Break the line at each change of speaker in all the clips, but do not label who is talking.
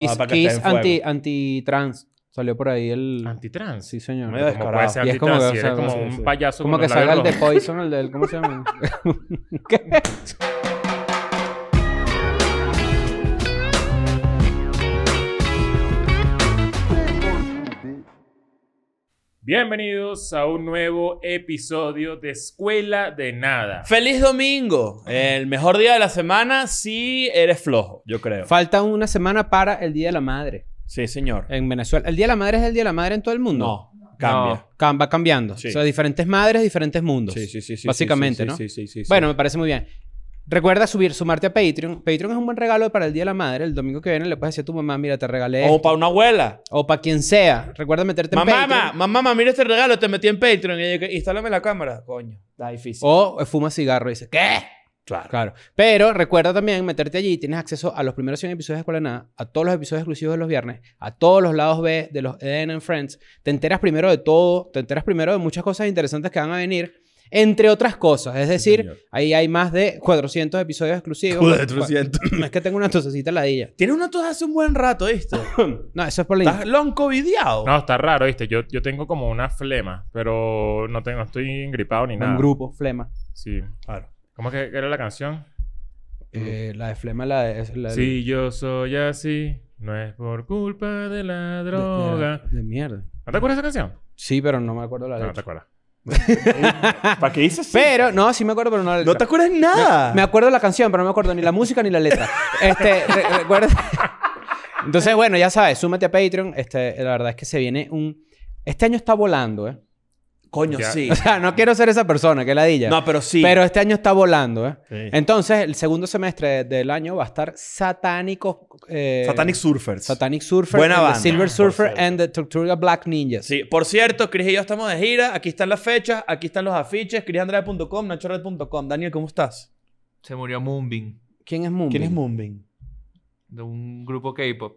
Kiss,
Ah, para que
Kiss
esté en
anti,
fuego.
anti-trans. Salió por ahí el...
Ah.
Antitrans.
Sí, señor.
Medio
Como,
descarado. Puede ser
Ah, Y es como
antitrans,
que,
si
o sea,
eres como
sí,
un
sí.
payaso.
que
se
salga el de Poison, el del... ¿Cómo se llama? ¿Qué?
Bienvenidos a un nuevo episodio de Escuela de Nada.
Feliz domingo, el mejor día de la semana si eres flojo, yo creo.
Falta una semana para el Día de la Madre
Sí, señor.
en Venezuela. ¿El Día de la Madre es el Día de la Madre en todo el mundo?
No, cambia.
Cam- va cambiando.
Sí.
O sea, diferentes madres, diferentes mundos.
Sí, sí, sí, sí.
Básicamente,
sí, sí,
¿no?
Sí, sí, sí, sí.
Bueno, me parece muy bien. Recuerda subir, sumarte a Patreon. Patreon es un buen regalo para el Día de la Madre. El domingo que viene le puedes decir a tu mamá, mira, te regalé.
O
esto.
para una abuela.
O para quien sea. Recuerda meterte en
Mamá,
Este Patreon.
mamá, mamá, mamá, mira este regalo, te metí en Patreon. Y ella, que, instálame la cámara. Coño, está difícil.
O eh, fuma cigarro y dice, ¿qué?
claro.
Claro. Pero recuerda también meterte allí. Tienes acceso a los primeros 100 episodios de Escuela de Nada, a todos los episodios exclusivos de los viernes, a todos los lados B de los EDN and Friends. Te enteras primero de todo. Te enteras primero de muchas cosas interesantes que van a venir. Entre otras cosas. Es decir,
señor.
ahí hay más de 400 episodios exclusivos. Es que tengo una tosecita ladilla.
Tienes una tos hace un buen rato, ¿viste?
No, eso es por la
Estás loncovidiado.
No, está raro, ¿viste? Yo, yo tengo como una flema, pero no, tengo, no estoy engripado ni nada.
Un grupo, flema.
Sí.
Claro.
¿Cómo que que era la canción?
Eh, la de flema, la de. es la de-
Si yo soy así, no es por culpa de la
de- de-
droga.
de mierda.
¿No te acuerdas de esa canción?
Sí, pero no me acuerdo la
No, no
letra.
te acuerdas.
¿Para qué dices?
Pero, no, sí me acuerdo, pero no la letra.
No te acuerdas nada.
Me acuerdo la canción, pero no me acuerdo ni la música ni la letra. Este, re- recuerda. Entonces, bueno, ya sabes, súmate a Patreon. Este, la verdad es que se viene un. Este año está volando, ¿eh?
Coño,
Ya.
sí.
O sea, no quiero ser esa persona, que ladilla.
No, pero sí.
Pero este año está volando, ¿eh?
Sí.
Entonces, el segundo semestre del año va a estar satánico. eh,
Satanic Surfers.
Satanic Surfer.
Buena
and the
banda,
Silver
por
Surfer
cierto.
and the Tortuga Black Ninjas.
Sí, por cierto, Cris y yo estamos de gira. Aquí están las fechas, aquí están los afiches. CrisAndrade.com, NachoRed.com. Daniel, ¿cómo estás?
Se murió Moonbin
¿Quién es Moon?
¿Quién es Moonbin?
de un grupo K-pop.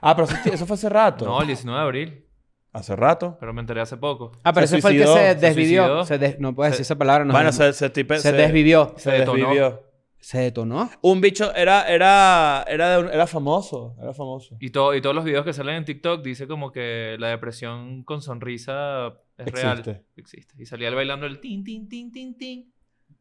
Ah, pero eso, eso fue hace rato.
No, el 19 de abril,
Hace rato.
pero me enteré hace poco.
Ah, pero
Se
ese fue el que
suicidó,
se
se
desvivió.
suicidó.
Se des- No puedes decir esa palabra. No,
bueno,
se,
se, se, tipe- se-
desvivió.
Se
Se detonó.
desvivió.
Se detonó.
Un bicho era, era, era, de un- era famoso. Era famoso.
Y, todo, y todos los videos que salen en TikTok dice como que la depresión con sonrisa es real.
Existe.
Existe. Y salía él bailando el tin, tin, tin, tin, tin.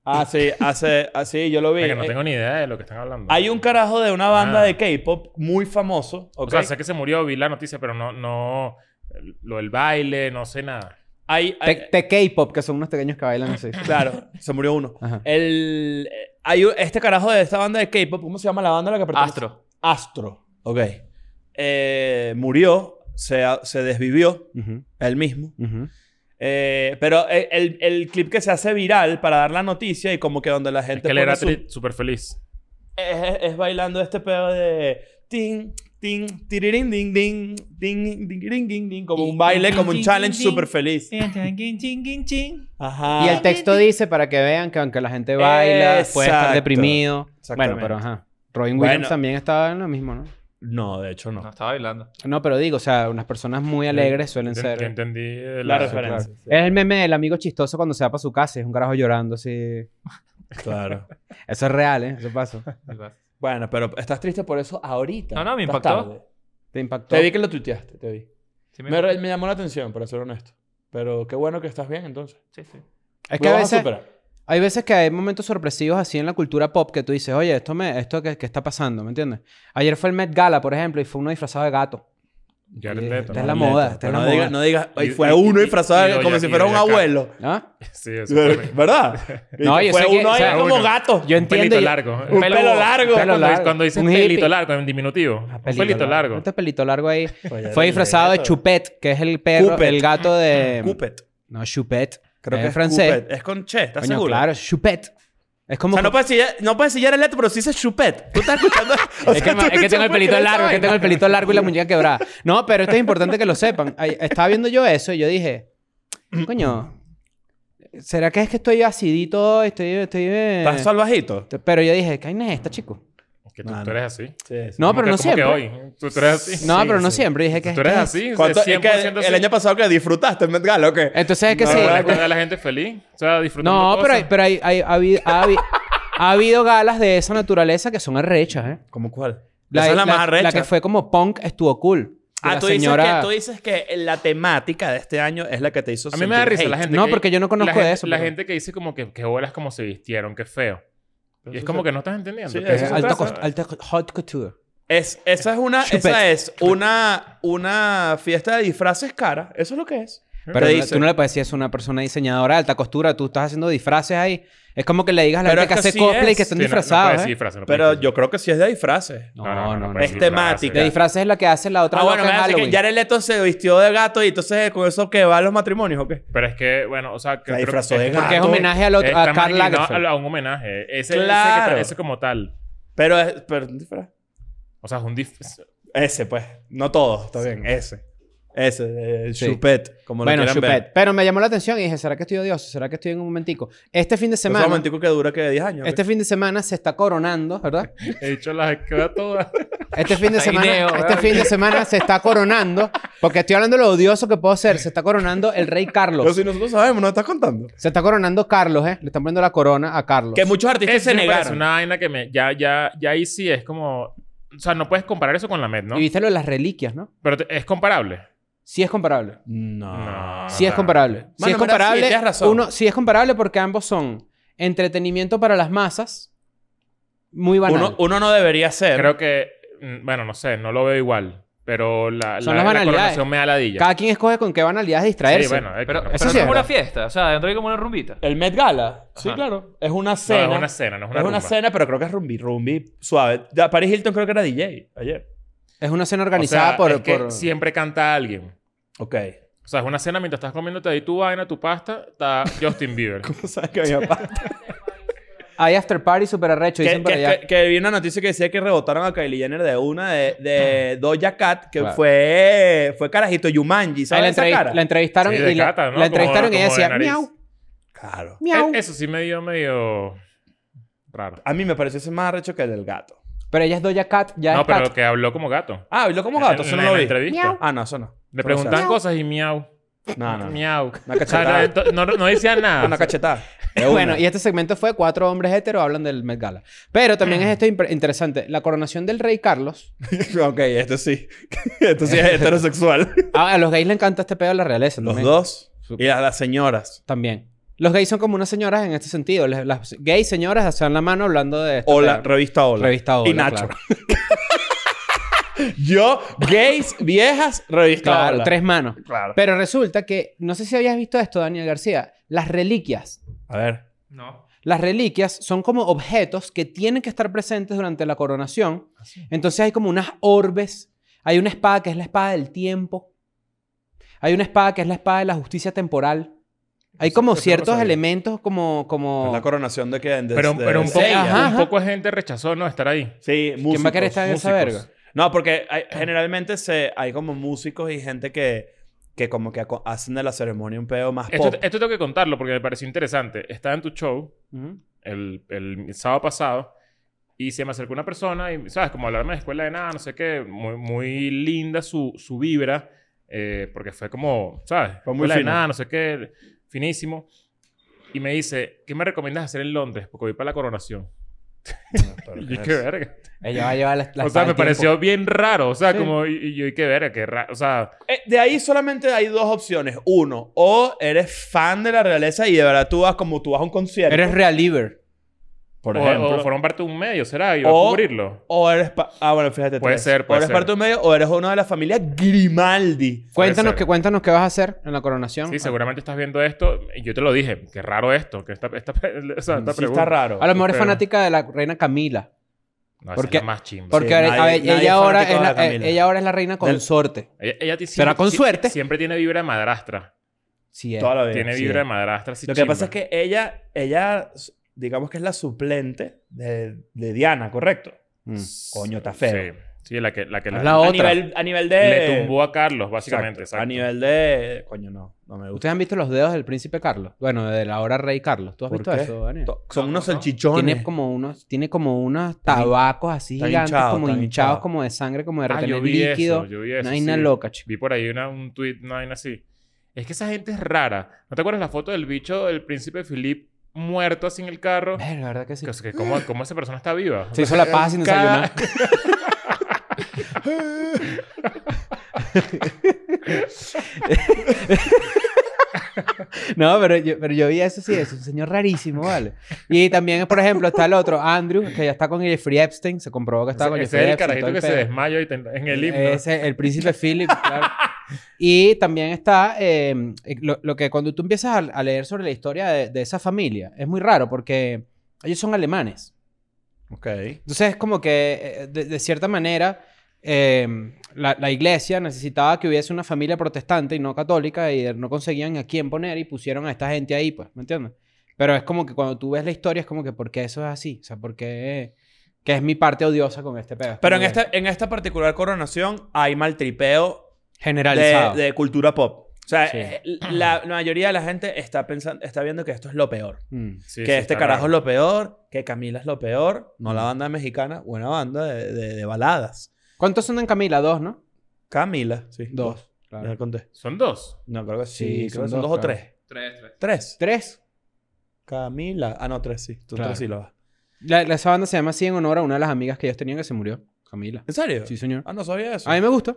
Ah, sí, hace, así yo lo vi.
Es que no
Eh,
tengo ni idea de lo que están hablando.
Hay un carajo de una banda
Ah.
de K-pop muy famoso.
O
¿ok?
sea, sé que se murió, vi la noticia, pero no, no, el- lo del baile, no sé nada.
hay, hay-
Te, te K-pop, que son unos pequeños que bailan así.
Claro, se murió uno.
Ajá.
El, eh, hay un- este carajo de esta banda de K-pop, ¿cómo se llama la banda a la que pertenece?
Astro.
Astro. Ok. Eh, murió, se, se desvivió
Ujú,
él mismo.
ujú.
Eh, pero el, el- el clip que se hace viral para dar la noticia y como que donde la gente
Es que él era
pone su-
tri- súper feliz.
es, es bailando este pedo de ting ting tiririn ding ding ding ding ding ding ding como un baile como un challenge súper feliz ajá
Y
Ah.
el texto dice para que vean que aunque la gente baila, puede estar
Exacto.
deprimido. Bueno,
Exactamente.
pero ajá. Robin Williams
Bueno.
también estaba en lo mismo, ¿no?
no de hecho no
No estaba bailando.
No, pero digo, o sea, unas personas muy alegres suelen
Yo-
ser.
Yo entendí eh,
la
la-
referencia
Es el meme del amigo chistoso cuando se va para su casa y es un carajo llorando así.
claro
Eso es real, ¿eh? Eso pasó.
bueno pero estás triste por eso ahorita
No, no, me
Estás
impactó.
tarde.
Te impactó.
te vi que lo tuiteaste te vi
Sí, me-
me, re- me llamó la atención para ser honesto pero qué bueno que estás bien entonces
sí, sí.
Es
Lo
que a
vas
veces,
superar.
hay veces que hay momentos sorpresivos así en la cultura pop que tú dices, oye, esto me, esto que, que está pasando, ¿me entiendes? Ayer fue el Met Gala, por ejemplo, y fue uno disfrazado de gato.
Ya
Oye,
entendí,
esta es
¿no?
la moda, esta es la
no
moda.
digas no digas
Y-
ahí fue
y-
uno
y-
disfrazado
y doña-
como si
y
fuera un
doña Cat.
abuelo
¿Ah?
Sí, eso fue-
¿Verdad?
No, yo
fue
sé que-
uno
o
ahí
sea,
como
uno.
gato.
Yo
Un
entiendo.
pelito
y-
largo.
Un pelo,
pelo
largo.
Cuando,
largo.
cuando dices
Un
pelito
hippie.
largo, en diminutivo.
Ah,
un pelito largo.
Este pelito largo ahí.
Oye,
Fue disfrazado de
Leto.
Chupet, que es el perro,
Cupet.
el gato de.
Cupet.
No, Chupet.
Creo que
es francés.
Cupet. Es con Che, ¿estás
Coño,
seguro?
claro, Chupet. Es
O
como.
sea, no puedes decir, no puedes decir el leto, pero sí dices chupet. ¿Tú estás escuchando? O
es
sea,
que, ma-
tú
es que
dices,
tengo el
¿por qué
pelito
esa
largo, es que
vaina?
tengo el pelito largo y la muñeca quebrada. No, pero esto es importante que lo sepan. Ahí- Estaba viendo yo eso y yo dije, coño, ¿será que es que estoy acidito? hoy? Estoy. estoy eh?
¿Estás salvajito?
Pero yo dije, ¿qué vaina es esta, chico?
Es que tú,
Mano.
tú eres así.
Sí,
No,
Como
pero
que-
no
como que
siempre.
hoy. Tú, tú eres así.
No,
Sí,
pero no
sí.
siempre. Dije que.
Tú eres
¿qué?
así. o sea,
¿Cuánto, es que
100%
el
así.
año pasado que disfrutaste en Met Gala, ¿o qué?
Entonces es que
No,
sí.
Pero
bueno,
recuerda a la gente feliz. O sea, disfrutando
No, pero,
cosas.
hay- pero hay, hay- ha, habido, ha habi- ha habido galas de esa naturaleza que son arrechas, ¿eh?
¿Cómo cuál? Esa es la más arrecha.
La que fue como punk estuvo cool. De
Ah,
la
tú,
señora-
dices que, tú dices que la temática de este año es la que te hizo
A mí me da
sentir
risa la
hate.
gente.
No,
que-
porque yo no conozco
la gente-
de eso,
La
pero-
gente que dice como que, que bolas como se vistieron, que feo. Y es como que no estás entendiendo.
Sí,
que
Es
eso se
al
alta
trata.
toco-
cost- alta co- hot couture.
Es, esa es una,
Chupet.
esa es una, una fiesta de disfraces cara. Eso es lo que es.
Pero
Te
no-
dice-
tú no le puedes decir es una persona diseñadora de alta costura. Tú estás haciendo disfraces ahí. Es como que le digas a la
Pero
gente que
es que
hace
así
cosplay
es.
que están
Sí, no- no puedes
disfrazados.
decir
¿eh?
disfraces, no puedes
Pero
decir
yo creo que sí es de disfraces.
No,
No, no,
no, no.
no, puedes
Es
decir disfraces.
temática.
De disfraces es la que hace la otra
Ah, bueno,
loca
me
en
hace que
Halloween.
Jared Leto se vistió de gato y entonces con eso que va a los matrimonios o qué?
Pero es que, bueno, o sea... Que
La
creo-
disfrazó de
es-
gato.
Que es homenaje al otro-
Está
a Karl
marginado
Lagerfeld.
a, a un homenaje. Ese,
Claro.
ese, que- ese como tal.
Pero es pero un disfraz.
O sea, es un disfraz.
Ese, pues. No todos, está bien. Ese. Ese, eh,
Sí.
Chupet, como lo
Bueno,
quieran ver.
chupet. Pero me llamó la atención y dije, ¿será que estoy odioso? ¿Será que estoy en un momentico? Este fin de
Ese
semana...
momentico que dura que 10 años.
Este fin de semana se está coronando, ¿verdad?
He dicho las queda todas.
Este fin de
Ahí
semana,
neo,
este
¿verdad?
fin de semana se está coronando, porque estoy hablando de lo odioso que puedo ser, se está coronando el rey
Pero
Carlos.
si nosotros sabemos, nos estás contando.
Se está coronando Carlos, ¿eh? Le están poniendo la corona a Carlos.
Que muchos artistas
Eso
se
me parece
negaron.
una vaina que me... Ya, ya, ya ahí sí es como... O sea, no puedes comparar eso con la Met, ¿no?
Y viste lo de las reliquias, ¿no?
Pero te- es comparable.
Sí es comparable.
No.
Sí es
no.
comparable. Sí
Mano,
es
en verdad,
comparable.
sí, tienes razón.
Uno, sí es comparable porque ambos son entretenimiento para las masas, muy banal.
Uno, uno no debería
Em.
ser.
Creo que... mm, Bueno, no sé. No lo veo igual. Pero la,
Son las
la, la
banalidades.
coronación me da ladilla.
Cada quien escoge con qué banalidades distraerse.
Sí, bueno. es que
Pero,
no-
pero
Eso
no
sí
es
es
como una
verdad.
fiesta. O sea, dentro hay como una rumbita.
El Met Gala. Sí,
Ajá.
claro. Es una
No,
cena.
es una cena, no es una
es una
rumba.
cena, pero creo que es rumbi, rumbi suave. Ya, Paris Hilton creo que era DJ ayer.
Es una cena
O sea,
organizada por...
es que
por-
siempre canta alguien.
Ok.
O sea, es una cena mientras estás comiéndote ahí tu vaina, tu pasta, está Justin Bieber.
¿Cómo sabes que mi papá?
Hay after party súper arrecho,
que,
dicen por allá.
que, que- que vi una noticia que decía que rebotaron a Kylie Jenner de una de, de Doja Cat, que
Ah. Claro.
fue, fue carajito Yumanji.
Ahí
¿Sabes
la,
esa
entrevi-
cara?
la entrevistaron
Sí,
y
de
la,
cata, ¿no?
la entrevistaron
Como-
y ella
como de
decía,
nariz.
miau,
Claro.
miau.
E- Eso sí me dio medio raro.
A mí me pareció ese más arrecho que el del gato.
Pero ella es Doja Cat, ya
no,
es
pero
Cat.
que habló como gato.
Ah, ¿lo como gato?
En-
Eso
en
no
la- en
lo
la
vi.
entrevista.
Miau.
Ah, no, eso no.
Le
Pero, o sea,
preguntaban cosas y miau.
Ah, No, no.
Miau.
Una
O sea, no-
cachetada.
ento- no, no decía nada.
Una cachetada. De
Bueno,
una.
y este segmento fue cuatro hombres heteros hablan del Met Gala. Pero también es esto impre- interesante. La coronación del rey Carlos.
ok, esto sí. esto sí es heterosexual.
A, a los gays le encanta este pedo de la realeza.
Los
también.
dos. Y a las señoras.
También. Los gays son como unas señoras en este sentido. Les- Las gays señoras hacían la mano hablando de... este
Hola,
pedo.
revista Hola.
Revista Hola,
Y Nacho.
claro.
Yo, gays, viejas, revista
Claro,
Hola.
tres manos.
Claro.
Pero resulta que... No sé si habías visto esto, Daniel García. Las reliquias
A ver.
No.
Las reliquias son como objetos que tienen que estar presentes durante la coronación.
Ah,
Entonces hay como unas orbes. Hay una espada que es la espada del tiempo. Hay una espada que es la espada de la justicia temporal. Hay
Eso-
como
eso no lo
ciertos
sabía.
elementos como... como...
Es la coronación de que... de-
Pero,
de-
pero un,
de
poco,
Seiya.
Ajá,
un
ajá.
poco de gente rechazó no estar ahí.
Sí, músicos.
¿Quién va a querer estar en esa
músicos.
verga?
No, porque hay- generalmente se, hay como músicos y gente que, que como que aco- hacen de la ceremonia un pedo más
Esto,
pop.
esto tengo que contarlo porque me pareció interesante. Estaba en tu show
Ujú.
el, el sábado pasado y se me acercó una persona y, ¿sabes? Como hablarme de escuela de nada, no sé qué, muy, muy linda su, su vibra, eh, porque fue como, ¿sabes?
Fue muy
escuela de
fino.
nada, no sé qué, finísimo. Y me dice, ¿qué me recomiendas hacer en Londres? Porque voy para la coronación. Y yo, qué verga.
Ella va a llevar la, la
o sea,
espada
me
del tiempo.
pareció bien raro. O sea,
Sí.
como, y, y yo, y qué verga, qué raro. O sea,
Eh, de ahí solamente hay dos opciones. Uno, o eres fan de la realeza y de verdad tú vas como tú vas a un concierto.
Eres real liver.
por
o-
ejemplo.
o, forman parte de un medio, ¿será? Y va a
O-
cubrirlo.
O eres... pa- ah, bueno, fíjate.
Puede
tres.
ser,
O
puede
eres
ser.
parte de un medio o eres uno de la familia Grimaldi.
Cuéntanos,
ser.
que, cuéntanos qué vas a hacer en la coronación.
Ah.
Sí, seguramente estás viendo esto. Y yo te lo dije, qué raro esto. Que esta, esta, o sea, esta
Mm, Sí está
pregunta.
raro.
A lo mejor es
Pero-
fanática de la reina Camila.
No, esa
Porque-
es la más chimba.
Porque
Sí,
a- a-
nadie-
ella,
nadie es
ahora
fanático
es
de
la,
la
eh,
Camila.
ella ahora es la reina consorte.
Ella, ella ti-
Será
siempre-
con
si-
suerte.
Siempre tiene vibra de madrastra.
Sí, eh. es.
Toda la vida.
tiene
sí.
vibra de madrastra. así
Lo que
chimba.
pasa es que ella, ella, s- digamos que es la suplente de, de Diana, ¿correcto?
Mm.
Coño, está feo.
Sí, sí, la que, la que
Es
la-
la
A
otra.
nivel, a nivel de...
le tumbó a Carlos, básicamente.
Exacto. A
exacto.
nivel de... Coño, no. No me gusta.
¿Ustedes han visto los dedos del príncipe Carlos? Bueno, del ahora rey Carlos. ¿Tú has
¿Por
visto
qué?
eso, Daniel?
To- Son
No,
unos
no.
salchichones.
Tiene como unos, tiene como unos tabacos así
están
gigantes,
hinchados,
como
están
hinchados,
hinchados.
como de sangre, como de
Ah,
retener
yo vi
líquido.
eso, yo vi eso,
una vaina
sí.
loca, chico.
Vi por ahí una- un tweet, una vaina así. Es que esa gente es rara. ¿No te acuerdas la foto del bicho del príncipe Philip muerto así en el carro?
Ver, la verdad que sí.
Que- que ¿Cómo, cómo esa persona está viva?
Se hizo la paja sin
Cada-
desayunar. No, pero yo, pero yo vi eso sí, es un señor rarísimo, ¿vale? Y también, por ejemplo, está el otro, Andrew, que ya está con Jeffrey Epstein, se comprobó que estaba con
Ese, ese
Jeffrey
es el
Epstein.
carajito
todo
que se
pedo.
desmaya y te- en el himno.
Ese, el príncipe Philip, claro. Y también está eh, lo, lo que cuando tú empiezas a, a leer sobre la historia de, de esa familia, es muy raro porque ellos son alemanes.
Ok.
Entonces es como que, eh, de, de cierta manera, eh, la, la iglesia necesitaba que hubiese una familia protestante y no católica y no conseguían a quién poner y pusieron a esta gente ahí, pues, ¿me entiendes? Pero es como que cuando tú ves la historia es como que, ¿por qué eso es así? O sea, ¿por qué? Que es mi parte odiosa con este pedo. Es
Pero en
como que
esta, en esta particular coronación hay maltripeo de,
Generalizado.
de cultura pop. O sea,
Sí.
eh, la mayoría de la gente está pensando, está viendo que esto es lo peor.
Mm.
Sí,
que
sí,
este
está
carajo
raro.
es lo peor, que Camila es lo peor. No la banda mexicana, buena banda de, de- de baladas.
¿Cuántos son en Camila? Dos, ¿no?
Camila, sí.
Dos. Claro.
Ya conté.
Son dos.
No, creo que sí.
Sí,
creo
son
que son
dos,
dos, o
claro.
tres.
Tres, tres.
Tres.
Tres.
Camila. Ah, no, tres sí. Tú
Claro.
tres sí lo vas.
La, la- esa banda se llama así en honor a una de las amigas que ellos tenían que se murió. Camila.
¿En serio?
Sí, señor.
Ah, no sabía eso.
A mí me gusta.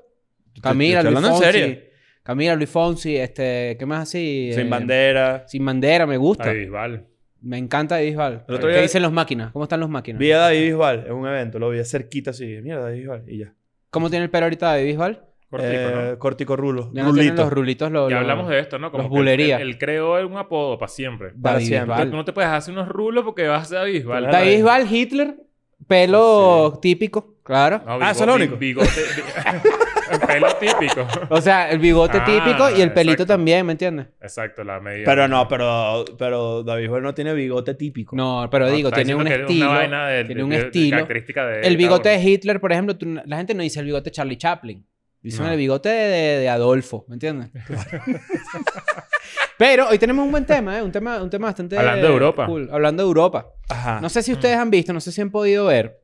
Camila,
estoy
Luis
hablando
Fonsi.
en serio.
Camila, Luis Fonsi, este, ¿qué más así?
Sin
Eh,
bandera.
Sin bandera, me gusta.
Ahí, vale.
Me encanta David Bisbal.
El otro
¿Qué
día-
dicen los máquinas? ¿Cómo están los máquinas?
Vi a David Bisbal en un evento, lo vi cerquita así. Mira, David Bisbal. Y ya.
¿Cómo tiene el pelo ahorita David Bisbal?
Cortico,
Eh, Cortico rulo.
Ya no tienen los rulitos.
¿no?
Los,
Ya
los-
hablamos de esto, ¿no? Como
los
que él-
bulería.
Él, él creó un apodo para siempre.
David
para siempre.
Tú
Bisbal.
no te puedes hacer unos rulos porque vas a Bisbal.
Claro.
David Bisbal, Hitler, pelo típico, claro.
No,
Ah, eso es lo
bigo-
único.
Bigote, bi- pelo típico.
O sea, el bigote
Ah,
típico y el pelito
exacto.
también, ¿me entiendes?
Exacto, la medida.
Pero no, pero, pero David Bisbal no tiene bigote típico.
No, pero
No,
digo,
está
tiene un
diciendo que es una
estilo.
vaina de-
tiene
de-
un
de- de
estilo.
característica de
El bigote
cabrón.
de Hitler, por ejemplo, tú- la gente no dice el bigote de Charlie Chaplin. Dicen
No.
el bigote de, de- de Adolfo, ¿me entiendes? Pero hoy tenemos un buen tema, ¿eh? Un tema, un tema bastante...
Hablando de Europa. Ah.
cool. Hablando de Europa.
Ajá.
No sé si ustedes han visto, no sé si han podido ver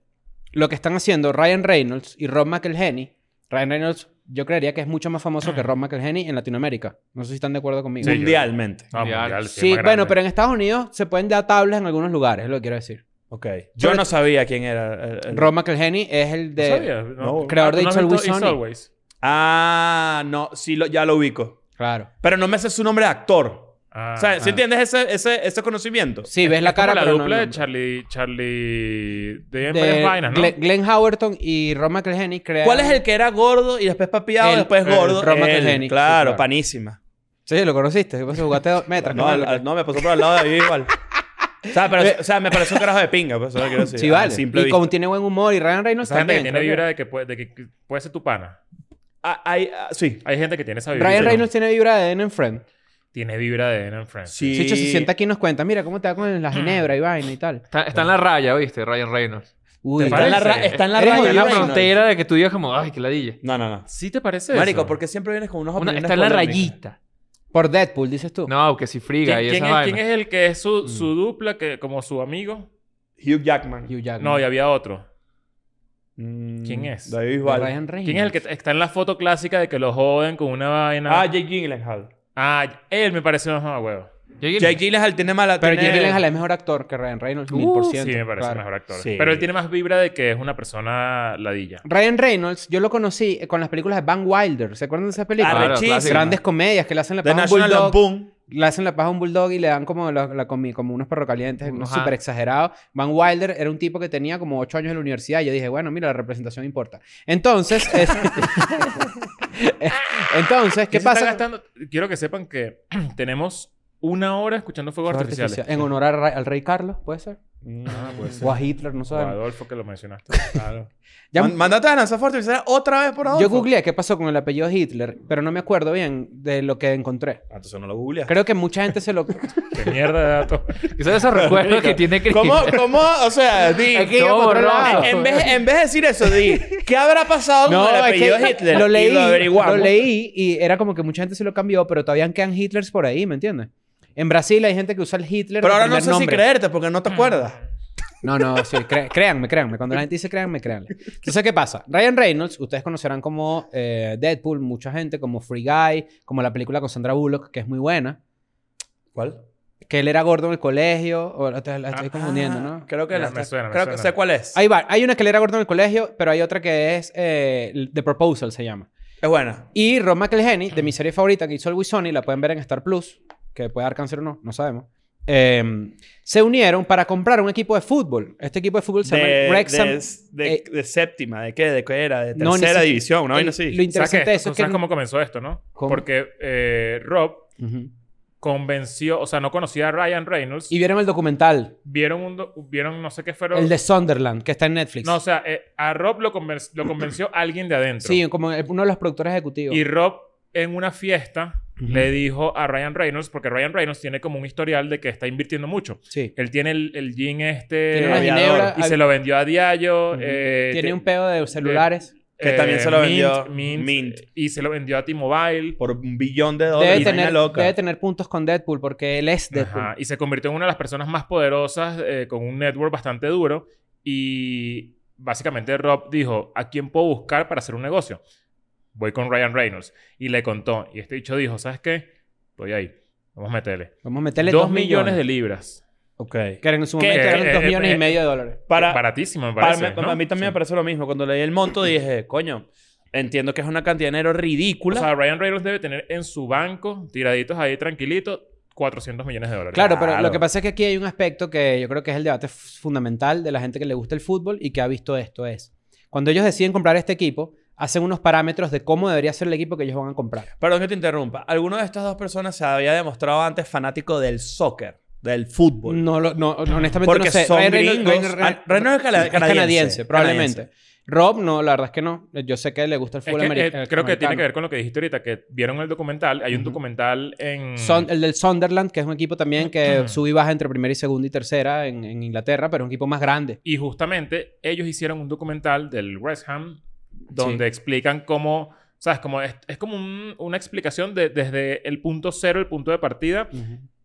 lo que están haciendo Ryan Reynolds y Rob McElhenney. Ryan Reynolds yo creería que es mucho más famoso que Rob McElhenney en Latinoamérica. No sé si están de acuerdo conmigo.
Sí.
Mundialmente.
No,
Mundial.
mundial, sí, es
Sí,
más
bueno,
grande.
pero en Estados Unidos se pueden dar tablas en algunos lugares, es lo que quiero decir.
Ok. Yo
Pero-
no sabía quién era. el- el-
Rob McElhenney es el
¿No
de...
sabías?
no.
Creador
Ah,
de
¿tú no
It's
has
Always
visto It's
Sunny.
Always?
Ah, no, sí, lo, ya lo ubico.
claro.
Pero no me sé su nombre de actor.
Ah,
o sea,
ah.
¿sí entiendes ese, ese, ese conocimiento?
Sí, ves
es
la cara
como la
pero no
dupla
el
de
nombre.
Charlie, Charlie de,
de
varias vainas, ¿no?
Glenn, Glenn Howerton y Roma McElhenney crearon...
¿Cuál es el que era gordo y después papiado
El-
y después
el
gordo?
Rob
Él,
McElhenney. Sí,
Claro,
claro.
panísima.
Sí, lo conociste. ¿Qué pasa? Jugaste dos metras.
No,
¿qué
al-
tal?
al- no, me pasó por al lado de Bisbal. o, sea, pero, o sea, me pareció un carajo de pinga, pues eso lo quiero decir.
sí,
a
vale.
simple
y
vista.
como tiene buen humor y Ryan Reynolds
Esa gente
también.
que tiene
creo que-
vibra de que, puede, de que puede ser tu pana.
Ah, hay- ah, sí.
Hay gente que tiene esa vibra.
Ryan
Sí.
Reynolds tiene vibra de N Friend.
Tiene vibra de Enan Friends.
Sí.
Chicho se sienta aquí y nos cuenta, mira cómo te va con la
Mm.
ginebra y vaina y tal.
Está, está en la raya, ¿viste? Ryan Reynolds.
Uy,
¿Te
Está en la, ra-
parece?
está en la
Eres
raya
Está en la
Reynolds.
frontera de que tú digas como, ay, qué ladilla.
No, no, no.
¿Sí te parece
Marico,
eso?
porque siempre vienes con unos
Una-
opiniones
está en la
polémicas?
rayita.
por Deadpool, dices tú.
No, que si friga
¿Quién,
y
quién
esa
es,
vaina.
quién es el que es su, su dupla, que, como su amigo?
Hugh Jackman.
Hugh Jackman.
No, y había otro.
Mm,
¿Quién es?
David
De
Bisbal.
Ryan Reynolds.
¿Quién es el que está en la foto clásica de que lo joden con una vaina?
Ah, Jake Gyllenhaal.
Ah, él me parece más más huevo.
Jake
Jake
Gyllenhaal.
Gyllenhaal tiene mala...
Pero Jake
tiene-
Gyllenhaal es mejor actor que Ryan Reynolds,
Uh,
mil por ciento.
Sí, me parece
claro.
mejor actor.
Sí.
Pero él tiene más vibra de que es una persona ladilla.
Ryan Reynolds, yo lo conocí eh, con las películas de Van Wilder. ¿Se acuerdan de esas películas?
Claro,
Arrechísima.
clásico.
Grandes comedias que le hacen la
The
paja a un
National
bulldog.
Lampoon.
Le hacen la paja a un bulldog y le dan como, la, la comi- como unos perros calientes,
Unos
súper
hands.
exagerado. Van Wilder era un tipo que tenía como 8 años en la universidad y yo dije, bueno, mira, la representación importa. Entonces, es- entonces, ¿qué
¿Quién se está
pasa?
gastando? Quiero que sepan que tenemos una hora escuchando fuegos
Fuegos
artificiales.
artificiales. En honor al, ra- al rey Carlos, ¿puede ser?
Ah, puede ser.
O a Hitler, no
O
sabemos.
Adolfo, que lo mencionaste.
Claro.
Ya-
Man- mandate a lanzar fuerte otra vez por ahora.
Yo googleé qué pasó con el apellido Hitler, pero no me acuerdo bien de lo que encontré.
Ah, entonces no lo googleas.
Creo que mucha gente se lo...
Qué mierda de dato.
Quizás esos recuerdos que tiene Chris.
¿Cómo? ¿Cómo? O sea, di.
Aquí
todo
yo por otro
borroso.
lado.
en, vez, en vez de decir eso, di. ¿Qué habrá pasado con el
es que
apellido Hitler?
Lo leí,
Y lo averiguamos.
lo leí y era como que mucha gente se lo cambió, pero todavía quedan Hitlers por ahí, ¿me entiendes? En Brasil hay gente que usa el Hitler
Pero
de
ahora no
primer
sé si
nombre.
creerte porque no te acuerdas.
No, no, sí, cre- créanme, créanme. Cuando la gente dice créanme, créanme. Entonces, ¿qué pasa? Ryan Reynolds, ustedes conocerán como eh, Deadpool, mucha gente, como Free Guy, como la película con Sandra Bullock, que es muy buena.
¿Cuál?
Que él era gordo en el colegio. O la te- la estoy
Ah,
confundiendo, ¿no?
Creo que
Ya,
la
me suena, me
creo que
suena.
sé cuál es.
Hay, va- hay una que él era gordo en el colegio, pero hay otra que es eh, The Proposal, se llama.
Es buena.
Y Rob McElhenney, de mi serie favorita que hizo el Wisoni, la pueden ver en Star Plus, que puede dar cáncer o no, no sabemos. eh, se unieron para comprar un equipo de fútbol. Este equipo de fútbol se
De,
llama Wrexham.
de, de-
eh,
de séptima, ¿de qué? ¿De qué era? De
No, ni
tercera
si-
división, una vaina
El-
así.
Lo
¿Sabes,
interesante
qué?
de eso es que.
¿Sabes cómo comenzó esto, no?
¿Cómo?
Porque eh, Rob
Ujú.
convenció, o sea, no conocía a Ryan Reynolds.
Y vieron el documental,
vieron un do- vieron no sé qué fueron
el de Sunderland, que está en Netflix.
no o sea eh, a Rob lo, conven- lo convenció alguien de adentro
sí, como el- uno de los productores ejecutivos.
y Rob en una fiesta
Ujú.
le dijo a Ryan Reynolds porque Ryan Reynolds tiene como un historial de que está invirtiendo mucho
sí.
él tiene el, el jean
Tiene
este
una
aviador.
ginebra,
eh, y se lo vendió a Diallo
Ujú.
eh,
tiene
te- eh,
un pedo de celulares.
Que también se lo
Mint,
vendió-
Mint,
Mint.
y se lo vendió a T-Mobile
Por un billón de dólares.
Debe
una
tener,
loca.
debe tener puntos con Deadpool porque él es Deadpool.
Ajá, Y se convirtió en una de las personas más poderosas eh, con un network bastante duro. Y básicamente Rob dijo, ¿a quién puedo buscar para hacer un negocio? Voy con Ryan Reynolds. Y le contó. Y este dicho dijo, ¿sabes qué? Voy ahí. Vamos a meterle.
Vamos a meterle
dos
2
millones,
millones.
de libras.
Ok.
Que en su momento
Que,
eran
eh,
2
eh,
millones y
eh,
medio de dólares.
Para,
Baratísimo, me
para-
parece.
me-
¿no?
A mí también me
Sí.
pareció lo mismo. Cuando leí el monto dije, coño, entiendo que es una cantidad de dinero
O
ridícula.
sea, Ryan Reynolds debe tener en su banco, tiraditos ahí tranquilito, 400 millones de dólares.
Claro, pero
Claro.
lo que pasa es que aquí hay un aspecto que yo creo que es el debate f- fundamental de la gente que le gusta el fútbol y que ha visto esto es, cuando ellos deciden comprar este equipo, hacen unos parámetros de cómo debería ser el equipo que ellos van a comprar.
Perdón que te interrumpa. ¿Alguno de estas dos personas se había demostrado antes fanático del soccer, del fútbol?
No, lo- no, honestamente
Porque
no sé.
son
Ryan Reynolds-
gringos.
Ryan- Ryan-
Ah, Reynolds es cala-
es
canadiense,
probablemente.
canadiense.
Rob, no, la verdad es que no. Yo sé que le gusta el
Es
fútbol
que, eh,
ameri-
creo que tiene
americano.
que ver con lo que dijiste ahorita, que vieron el documental. Hay un
Ujú.
documental en...
Son- el del Sunderland, que es un equipo también
Mm.
que sube y baja entre primera y segunda y tercera en, en Inglaterra, pero es un equipo más grande.
Y justamente ellos hicieron un documental del West Ham donde
Sí.
explican cómo, ¿sabes? Como es, es como un- una explicación de- desde el punto cero, el punto de partida,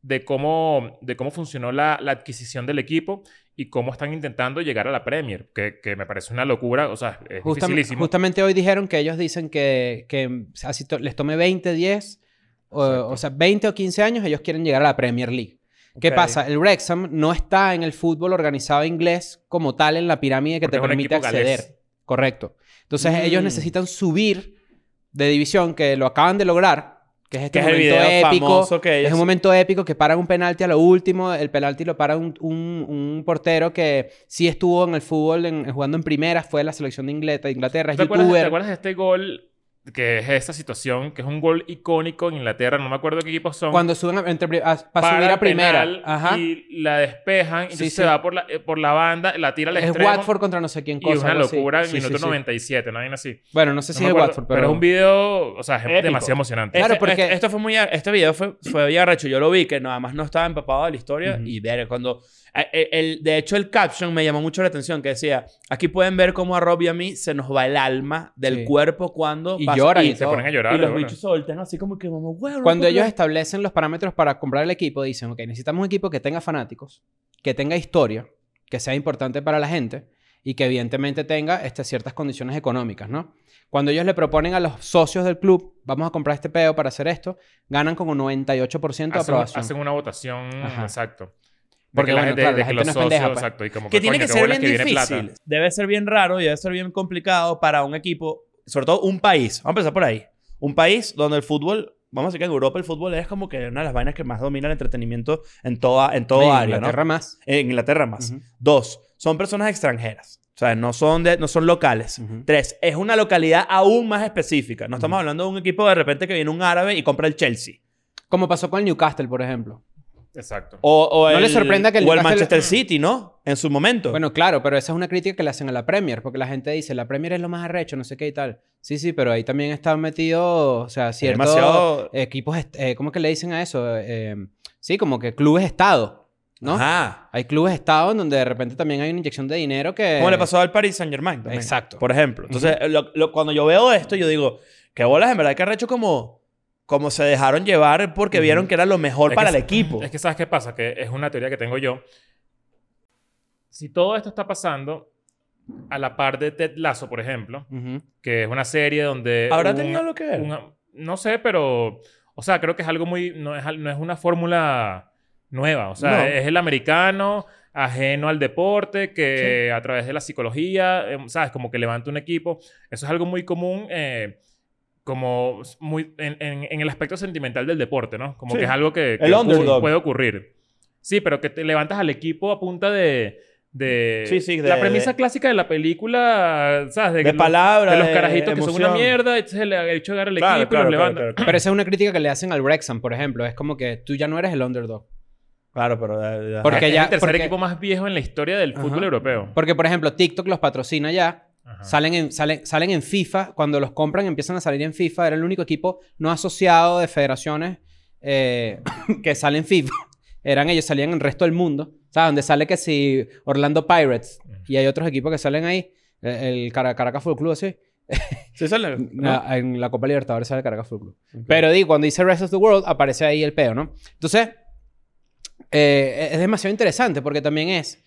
de cómo, de cómo funcionó la, la adquisición del equipo y cómo están intentando llegar a la Premier, que, que me parece una locura, o sea, es
Justam-
dificilísimo.
justamente hoy dijeron que ellos dicen que, que así to- les tome 20, 10, o,
Exacto.
o sea, 20 o 15 años, ellos quieren llegar a la Premier League. ¿Qué
Ok.
pasa? El Wrexham no está en el fútbol organizado inglés como tal en la pirámide que
Porque
te
es un
permite
equipo
acceder.
galés.
Correcto. Entonces ellos
Mm.
necesitan subir de división, que lo acaban de lograr, que es este
Que es el
momento
video
épico.
famoso que
Es un
ellos...
momento épico que paran un penalti a lo último. El penalti lo para un, un- un portero que sí estuvo en el fútbol en- en- jugando en primera. Fue de la selección de Inglaterra, de Inglaterra es
¿Te acuerdas,
youtuber.
te acuerdas de este gol? Que es esa situación, que es un gol icónico en Inglaterra, no me acuerdo qué equipos son.
Cuando suben a- entre pri- a- para subir
para
a primera.
penal
Ajá.
Y la despejan. Y
Sí,
entonces
sí.
se va por la, eh, por la banda, la tira al
Es
extremo.
Watford contra no sé quién
y
cosa.
es una
algo así.
locura en
Sí, sí,
minuto
sí.
97, una vaina así. No
Bueno, no sé si
me
es
acuerdo,
Watford,
pero
pero...
es un video, o sea, es
Épico.
demasiado emocionante.
Claro,
Este-
porque-
este, esto fue muy, este video fue, fue bien arrecho. Yo lo vi que nada más no estaba empapado de la historia
Ujú.
y ver cuando... eh, eh, el- de hecho, el caption me llamó mucho la atención que decía, aquí pueden ver cómo a Rob y a mí se nos va el alma del
Sí.
cuerpo cuando...
Y
pasa-
lloran y
se
todo.
ponen a llorar.
y los
bueno.
bichos se voltean así como que, vamos, bueno,
Cuando ellos establecen los parámetros para comprar el equipo, dicen, ok, necesitamos un equipo que tenga fanáticos, que tenga historia, que sea importante para la gente y que evidentemente tenga este, ciertas condiciones económicas, ¿no? Cuando ellos le proponen a los socios del club, vamos a comprar este peo para hacer esto, ganan como 98% de
Hacen,
aprobación.
hacen una votación,
Ajá.
exacto. De
Porque,
que la
bueno,
gente,
claro,
de
la
que
gente
los
no es pendeja,
socios,
pues.
exacto. Y como
que
que,
tiene
coño,
que
qué
ser
bolas
bien
que viene
difícil.
plata.
Debe ser bien raro y debe ser bien complicado para un equipo, sobre todo un país. Vamos a empezar por ahí. Un país donde el fútbol, vamos a decir que en Europa el fútbol es como que una de las vainas que más domina el entretenimiento en toda, en todo
Sí,
área,
Inglaterra
¿no?
más.
En Inglaterra más.
Ujú.
Dos, son personas extranjeras. O sea, no son, de, no son locales.
Ujú.
Tres, es una localidad aún más específica. No estamos hablando de un equipo de repente que viene un árabe y compra el Chelsea.
Como pasó con el Newcastle, por ejemplo.
Exacto.
O, o
No
el,
le sorprenda que el
o el
Newcastle-
Manchester City, ¿no? En su momento.
Bueno, claro, pero esa es una crítica que le hacen a la Premier, porque la gente dice, la Premier es lo más arrecho, no sé qué y tal. Sí, sí, pero ahí también están metidos, o sea, ciertos
demasiado-
equipos, est- eh, ¿cómo que le dicen a eso? Eh, sí, como que clubes estado, ¿no?
Ajá.
Hay clubes estado en donde de repente también hay una inyección de dinero que...
Como le pasó al Paris Saint Germain también.
Eh, Exacto.
Por ejemplo. Entonces, lo- lo- cuando yo veo esto, yo digo, qué bolas, en verdad que arrecho como, como se dejaron llevar porque
Ujú.
vieron que era lo mejor
Es
para
que-
el equipo.
Es que sabes qué pasa, que es una teoría que tengo yo. Si todo esto está pasando a la par de Ted Lasso, por ejemplo,
Ujú.
que es una serie donde
¿Habrá
un-
tenido lo que ver?
una- no sé, pero o sea, creo que es algo muy no es al- no es una fórmula nueva. O sea,
No.
es el americano ajeno al deporte que a través de la psicología, eh, ¿sabes? Como que levanta un equipo. Eso es algo muy común. eh, como s- muy en, en- en el aspecto sentimental del deporte, ¿no? Como
Sí.
que es algo que, que
El
ocurre-
underdog.
puede ocurrir. Sí, pero que te levantas al equipo a punta de... de
Sí, sí, de-
la premisa
de-
clásica de la película, ¿sabes?
De,
los-
palabras.
de los carajitos que son una
emoción.
mierda, entonces le ha hecho agarrar el
Claro,
equipo
claro,
y los
claro,
levanta.
claro,
Pero esa es una crítica que le hacen al Wrexham, por ejemplo. Es como que tú ya no eres el underdog.
Claro, pero. eh, ajá.
Porque
es
ya-
el tercer
porque-
equipo más viejo en la historia del
Ajá.
fútbol europeo.
Porque, por ejemplo, TikTok los patrocina ya.
Ajá.
Salen en, salen, salen en FIFA. Cuando los compran, empiezan a salir en FIFA. Era el único equipo no asociado de federaciones eh, que sale en FIFA. Eran ellos, salían en el resto del mundo. ¿Sabes? Donde sale que si Orlando Pirates y hay otros equipos que salen ahí. El, el Cara- Caracas Fútbol Club, así.
Sí, sale. ¿no?
Na- Ah, en la Copa Libertadores sale Caracas Fútbol Club.
Ok.
Pero di, cuando dice Rest of the World, aparece ahí el peo, ¿no? Entonces, eh, es demasiado interesante porque también es.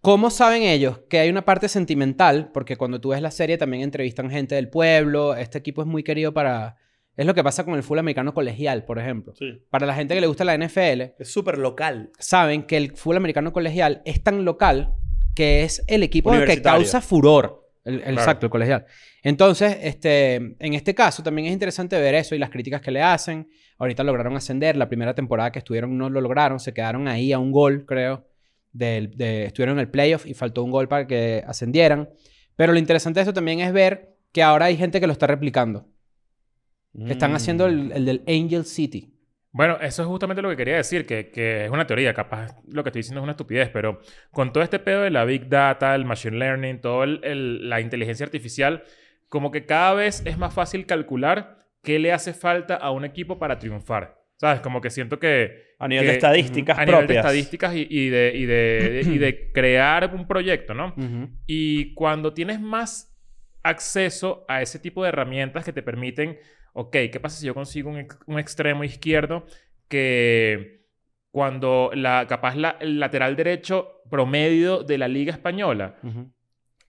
¿Cómo saben ellos que hay una parte sentimental? Porque cuando tú ves la serie también entrevistan gente del pueblo. Este equipo es muy querido para. Es lo que pasa con el fútbol americano colegial, por ejemplo.
Sí.
Para la gente que le gusta la NFL,
Es súper local.
saben que el fútbol americano colegial es tan local que es el equipo que
Universitario.
causa furor. El, el-
Claro.
Exacto, el colegial. Entonces, este, en este caso también es interesante ver eso y las críticas que le hacen. Ahorita lograron ascender. La primera temporada que estuvieron no lo lograron. Se quedaron ahí a un gol, creo. del- de- estuvieron en el playoff y faltó un gol para que ascendieran. Pero lo interesante de eso también es ver que ahora hay gente que lo está replicando. Están
Mm.
haciendo el, el del Angel City.
Bueno, eso es justamente lo que quería decir, que, que es una teoría, capaz lo que estoy diciendo es una estupidez, pero con todo este pedo de la Big Data, el Machine Learning, toda la inteligencia artificial, como que cada vez es más fácil calcular qué le hace falta a un equipo para triunfar. ¿Sabes? Como que siento que...
A nivel
que-
de estadísticas
a nivel
propias.
de estadísticas y, y de, y, de, y de crear un proyecto, ¿no? Y cuando tienes más acceso a ese tipo de herramientas que te permiten, ok, ¿qué pasa si yo consigo un, ex- un extremo izquierdo que cuando la, capaz la- el lateral derecho promedio de la liga española
Ujú.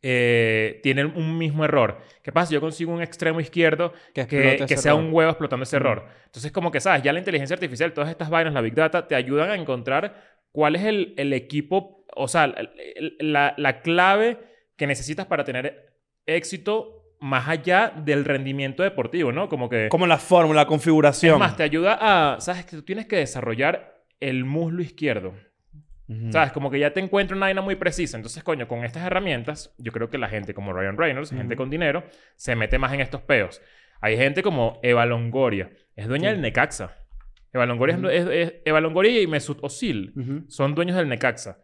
eh, tiene un mismo error? ¿Qué pasa si yo consigo un extremo izquierdo
Que,
que,
explote
que
ese
sea
error.
un huevo explotando ese error. Entonces, como que sabes, ya la inteligencia artificial, todas estas vainas, la Big Data, te ayudan a encontrar cuál es el, el equipo, o sea, el- el- la, la clave que necesitas para tener éxito más allá del rendimiento deportivo, ¿no? Como que.
Como la fórmula, la configuración.
Es más, te ayuda a. Sabes que tú tienes que desarrollar el muslo izquierdo.
Ujú.
¿Sabes? Como que ya te encuentro una vaina muy precisa. Entonces, coño, con estas herramientas, yo creo que la gente como Ryan Reynolds, gente con dinero, se mete más en estos peos. Hay gente como Eva Longoria. Es dueña del Necaxa. Eva Longoria, es- es, es- Eva Longoria y Mesut Özil
Ujú.
son dueños del Necaxa.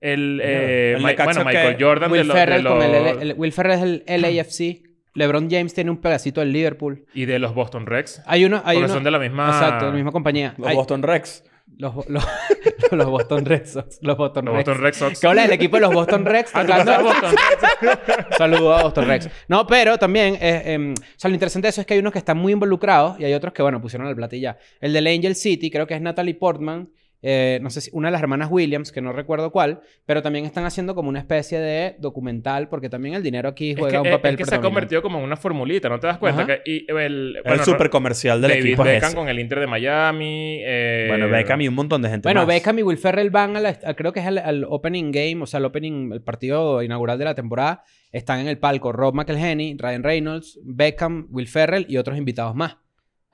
El,
Mierda.
eh,
El
Ma-
Necaxa
bueno, Michael
que-
Jordan de
Will
los- de
Ferrell, con el
los-
L- el- Will Ferrell es el LAFC. LeBron James tiene un pedacito del Liverpool.
y de los Boston Rex.
Hay uno... Hay
porque
uno
son de la misma...
Exacto, la misma compañía.
Los
Hay-
Boston Rex.
los, bo- los- los Boston Red Sox. Los Boston
Los
Red
Boston Red Sox.
Que habla del equipo de los Boston Red Sox.
Ah, ¿tú conoces a
tocando-
Boston Red Sox?
Saludos a Boston Rex. No, pero también, eh, em, o sea, lo interesante de eso es que hay unos que están muy involucrados y hay otros que, bueno, pusieron al plato y ya. El del Angel City, creo que es Natalie Portman, eh, no sé si una de las hermanas Williams, que no recuerdo cuál, pero también están haciendo como una especie de documental, porque también el dinero aquí
Es
juega
que- eh,
un papel
es que se ha
predominante.
convertido como en una formulita, ¿no te das cuenta?
Ajá.
Que, y eh, el,
el
bueno, no-
super comercial del
David
equipo es
Beckham
ese.
con el Inter de Miami. eh,
Bueno, Beckham y un montón de gente
Bueno,
más.
Beckham y Will Ferrell van a la- a- creo que es al, al opening game, o sea, el opening, el partido inaugural de la temporada. Están en el palco Rob McElhenney, Ryan Reynolds, Beckham, Will Ferrell y otros invitados más.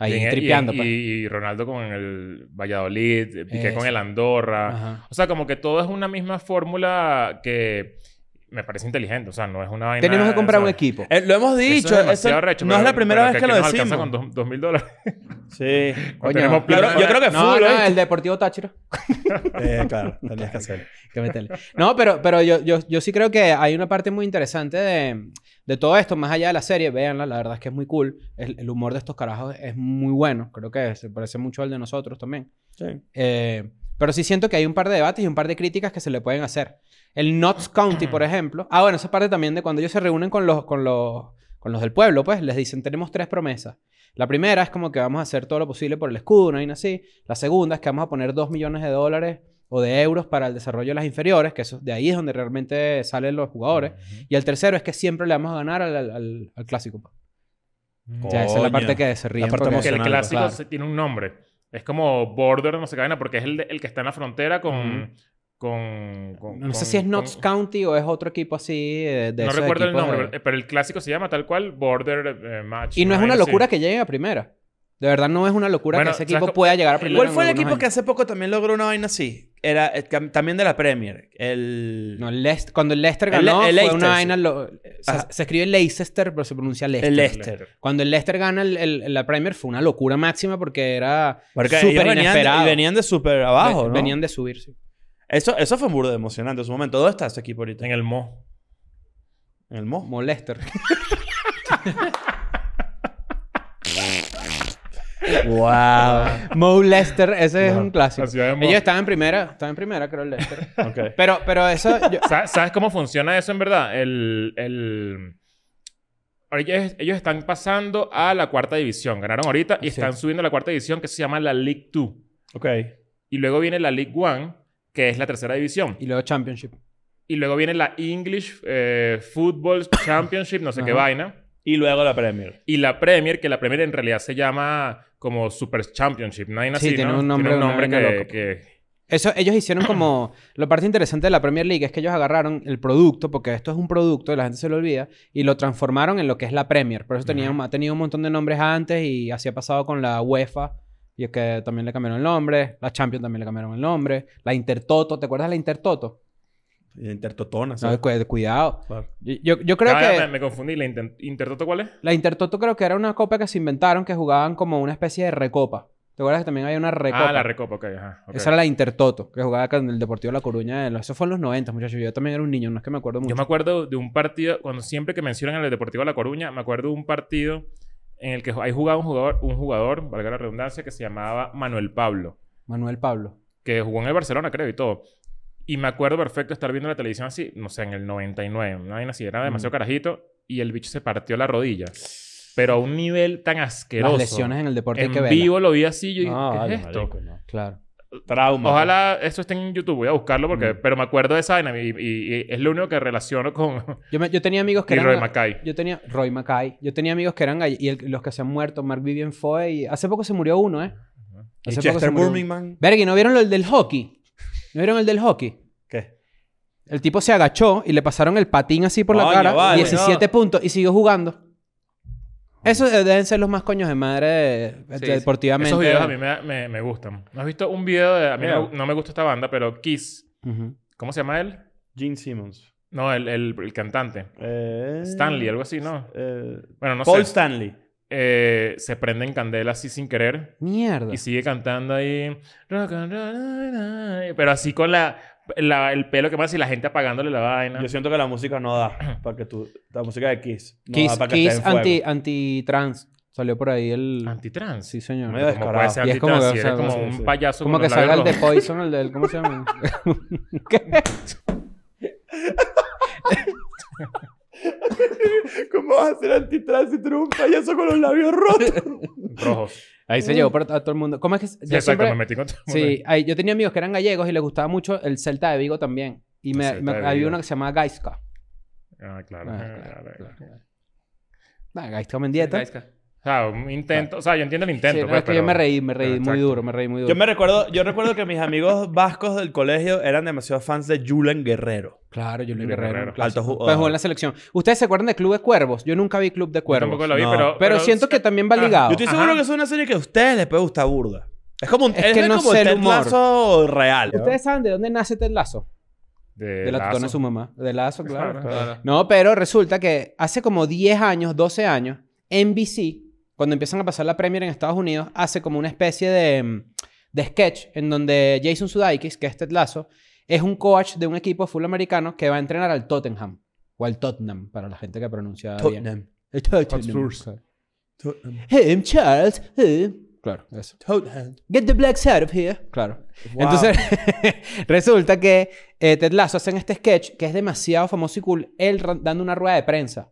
y
Ahí
en- y-
tripeando,
y,
pues.
y Ronaldo con el Valladolid, eh, Piqué
Eso.
con el Andorra.
Ajá.
O sea, como que todo es una misma fórmula que me parece inteligente. O sea, no es una vaina.
Tenemos que comprar
o
un
sea,
equipo.
Eh, lo hemos
eso es
dicho.
demasiado
eso
recho,
no
pero-
es la primera
pero
vez que, lo
nos alcanza
decimos.
con dos, dos mil dólares.
Sí.
No tenemos
yo-
plata.
yo creo que
no,
full,
no,
¿oíste?
el Deportivo Táchira.
Eh, claro, tenías que hacerlo.
que meterle. No, pero, pero yo, yo, yo sí creo que hay una parte muy interesante de, de todo esto, más allá de la serie, véanla, la verdad es que es muy cool. El, el humor de estos carajos es muy bueno, creo que se parece mucho al de nosotros también.
Sí.
Eh, pero sí siento que hay un par de debates y un par de críticas que se le pueden hacer. El Notts County, por ejemplo. Ah, bueno, esa parte también de cuando ellos se reúnen con los, con los, con los del pueblo, pues les dicen, tenemos tres promesas. La primera es como que vamos a hacer todo lo posible por el escudo, no hay así. La segunda es que vamos a poner dos millones de dólares o de euros para el desarrollo de las inferiores, que eso, de ahí es donde realmente salen los jugadores. Y el tercero es que siempre le vamos a ganar al, al- al- al clásico. pues.
Ujú.
O sea, esa es la
Coño.
parte que se ríen.
parte
porque-
Porque el
emocional,
clásico
claro.
se- tiene un nombre. Es como border, no sé qué vaina, porque es el, de- el que está en la frontera con...
Ujú.
con, con-
No sé
con-
si es
con-
Knox County o es otro equipo así eh, de
No
esos
recuerdo el
equipos
nombre,
de-
pero- pero el clásico se llama tal cual Border eh, Match.
Y no es
vaina
una
así.
locura que lleguen a primera. De verdad no es una locura que
Bueno,
ese
¿sabes
equipo
cómo-
pueda llegar a primera.
¿Cuál
en
fue el
algunos
equipo que
años.
hace poco también logró una vaina así? Era eh, cam- también de la Premier. El,
No, el Leicester- cuando el Leicester
El Le-
ganó
el
fue una
Leicester,
vaina... lo-
Ajá.
se, se escribe Leicester, pero se pronuncia Leicester.
el
Leicester.
Leicester.
Cuando el Leicester gana el- el- la Premier fue una locura máxima porque era
Porque ellos
súper
venían, de-
inesperado.
y venían de súper abajo,
Ve-
¿no?
Venían de subir, sí.
Eso, eso fue un burdo de emocionante en su momento. ¿Dónde está ese equipo ahorita?
En el Mo.
En el Mo.
Molester.
¡Wow!
Mo Leicester, ese es
Ajá.
un clásico.
La ciudad de Mo.
Ah, Ellos estaban en primera, estaban en primera, creo, el Leicester.
ok.
Pero, pero eso... yo-
Sa- ¿Sabes cómo funciona eso en verdad? El, el... Ellos, ellos están pasando a la cuarta división. Ganaron ahorita y
Así
están
es.
subiendo a la cuarta división que se llama la League 2.
Ok.
Y luego viene la League 1, que es la tercera división.
y luego Championship.
Y luego viene la English eh, Football Championship, no sé qué
Ajá.
vaina.
Y luego la Premier.
Y la Premier, que la Premier en realidad se llama como Super Championship, ¿no? Hay una
Sí,
así,
tiene
¿no?
un nombre-
Tiene un
una
nombre
vaina
que,
loca.
que-
Eso, ellos hicieron como... La parte interesante de la Premier League es que ellos agarraron el producto, porque esto es un producto, la gente se lo olvida, y lo transformaron en lo que es la Premier. Por eso tenía,
Ujú.
ha tenido un montón de nombres antes y así ha pasado con la UEFA, y es que también le cambiaron el nombre, la Champions también le cambiaron el nombre, la Intertoto, ¿te acuerdas de la Intertoto?
Intertotona,
No,
¿sabes?
cu- cuidado.
Claro.
Yo, yo creo
Ah,
que...
me, me confundí. ¿La inter- Intertoto cuál es?
La Intertoto creo que era una copa que se inventaron que jugaban como una especie de recopa. ¿Te acuerdas que también había una recopa?
Ah, la Recopa, ok. Ajá, ok.
Esa era la Intertoto, que jugaba con el Deportivo La Coruña. de los- Eso fue en los 90, muchachos. Yo también era un niño, no es que me acuerdo mucho.
Yo me acuerdo de un partido, cuando siempre que mencionan el Deportivo de La Coruña, me acuerdo de un partido en el que ahí jugaba un jugador, un jugador, valga la redundancia, que se llamaba Manuel Pablo,
Manuel Pablo.
que jugó en el Barcelona, creo, y todo. Y me acuerdo perfecto estar viendo la televisión así, no sé, en el 99, una vaina así, era demasiado
Mm.
carajito, y el bicho se partió la rodilla. Pero a un nivel tan asqueroso.
Las lesiones en el deporte hay
en
que verlas.
vivo lo vi así, yo dije,
No,
¿qué
vale,
es esto?
marico, no.
Claro.
Trauma.
Ojalá esto esté en YouTube, voy a buscarlo porque...
Mm.
Pero me acuerdo de esa vaina y, y- y es lo único que relaciono con...
Yo, me- yo tenía amigos que
y
eran...
Roy Mackay.
Yo tenía... Roy Mackay. Yo tenía amigos que eran... gall- Y el- los que se han muerto. Mark Vivian Foe. Y hace poco se murió uno, ¿eh?
Y
Hace poco se
Chester
murió uno.
Birmingham.
Verga, ¿y ¿no vieron lo del hockey? ¿No vieron el del hockey?
¿Qué?
El tipo se agachó y le pasaron el patín así por la
Coño,
cara.
vale,
17 puntos y siguió jugando. Esos eh, deben ser los más coños de madre eh,
Sí, sí.
deportivamente.
Esos videos a mí me, me- me gustan. ¿No has visto un video de... A mí
Mira.
no, no me gusta esta banda, pero Kiss.
Ujú.
¿Cómo se llama él?
Gene Simmons.
No, el, el- el cantante.
Eh,
Stanley, algo así, ¿no?
eh,
Bueno, no
Paul
sé.
Stanley.
Eh, se prende en candela así sin querer.
Mierda.
Y sigue cantando ahí. rock and roll, Pero así con la, la- el pelo que más y la gente apagándole la vaina.
Yo siento que la música no da para que tú... La música de Kiss. No
Kiss,
da para que
Kiss
esté en fuego.
anti, anti-trans. Salió por ahí el...
Antitrans.
Sí, señor.
Medio
Como
descarado.
puede ser
Y es como que,
antitrans,
o
si eres
sea,
como
sí,
un
sí.
payaso
Como
con
que
los labios
salga el de
rojos.
Poison, el del... ¿Cómo se llama? ¿Qué?
¿Cómo vas a ser antitrans si tú eres un payaso con los labios rotos?
rojos.
Ahí se llevó por- a todo el mundo. ¿Cómo es que...?
Sí,
yo
exacto,
siempre-
me metí con todo el mundo ahí.
Sí, ahí- yo tenía amigos que eran gallegos y les gustaba mucho el Celta de Vigo también. Y
El
me,
Celta
me-
de
había
Vigo.
uno que se llamaba Gaiska.
Ah, claro.
Ah,
Ah,
claro,
claro.
claro, claro. Nah, Gaiska Mendieta.
Gaizka.
O sea, un intento. O sea, yo entiendo el intento.
Sí, no,
pues,
es que yo me
pero-
reí, me reí
pero
muy
exacto.
duro, me reí muy duro.
Yo me recuerdo... Yo recuerdo que mis amigos vascos del colegio eran demasiado fans de Julen Guerrero.
Claro, Julián
Julián
Guerrero.
Guerrero.
un clásico.
Alto ju- oh.
Pues jugó en la selección. ¿Ustedes se acuerdan de Club de Cuervos? Yo nunca vi Club de
Yo
Cuervos.
tampoco lo vi,
No.
pero,
pero, siento que también va
ah,
ligado.
Yo estoy seguro
Ajá.
que es una serie que a ustedes les puede gustar burda. Es como un...
Es que no
como
sé el
Ted
humor.
Lasso real. ¿no?
¿Ustedes saben de dónde nace Ted Lazo?
De,
De la
lazo.
tutona de su mamá. De Lazo, claro.
Pues Claro.
Claro.
No, pero resulta que hace como 10 años, 12 años, NBC, cuando empiezan a pasar la Premier en Estados Unidos, hace como una especie de, mm, de sketch en donde Jason Sudeikis, que es Ted Lasso, es un coach de un equipo full americano que va a entrenar al Tottenham. O al Tottenham, para la gente que pronuncia bien.
Tottenham.
El Tottenham.
Hotspurs.
Tottenham.
Hey, Charles. hey. Claro, eso.
Tottenham.
Get the blacks out of here. Claro.
Wow.
Entonces, resulta que eh, Ted Lasso hacen este sketch que es demasiado famoso y cool, él ra- dando una rueda de prensa.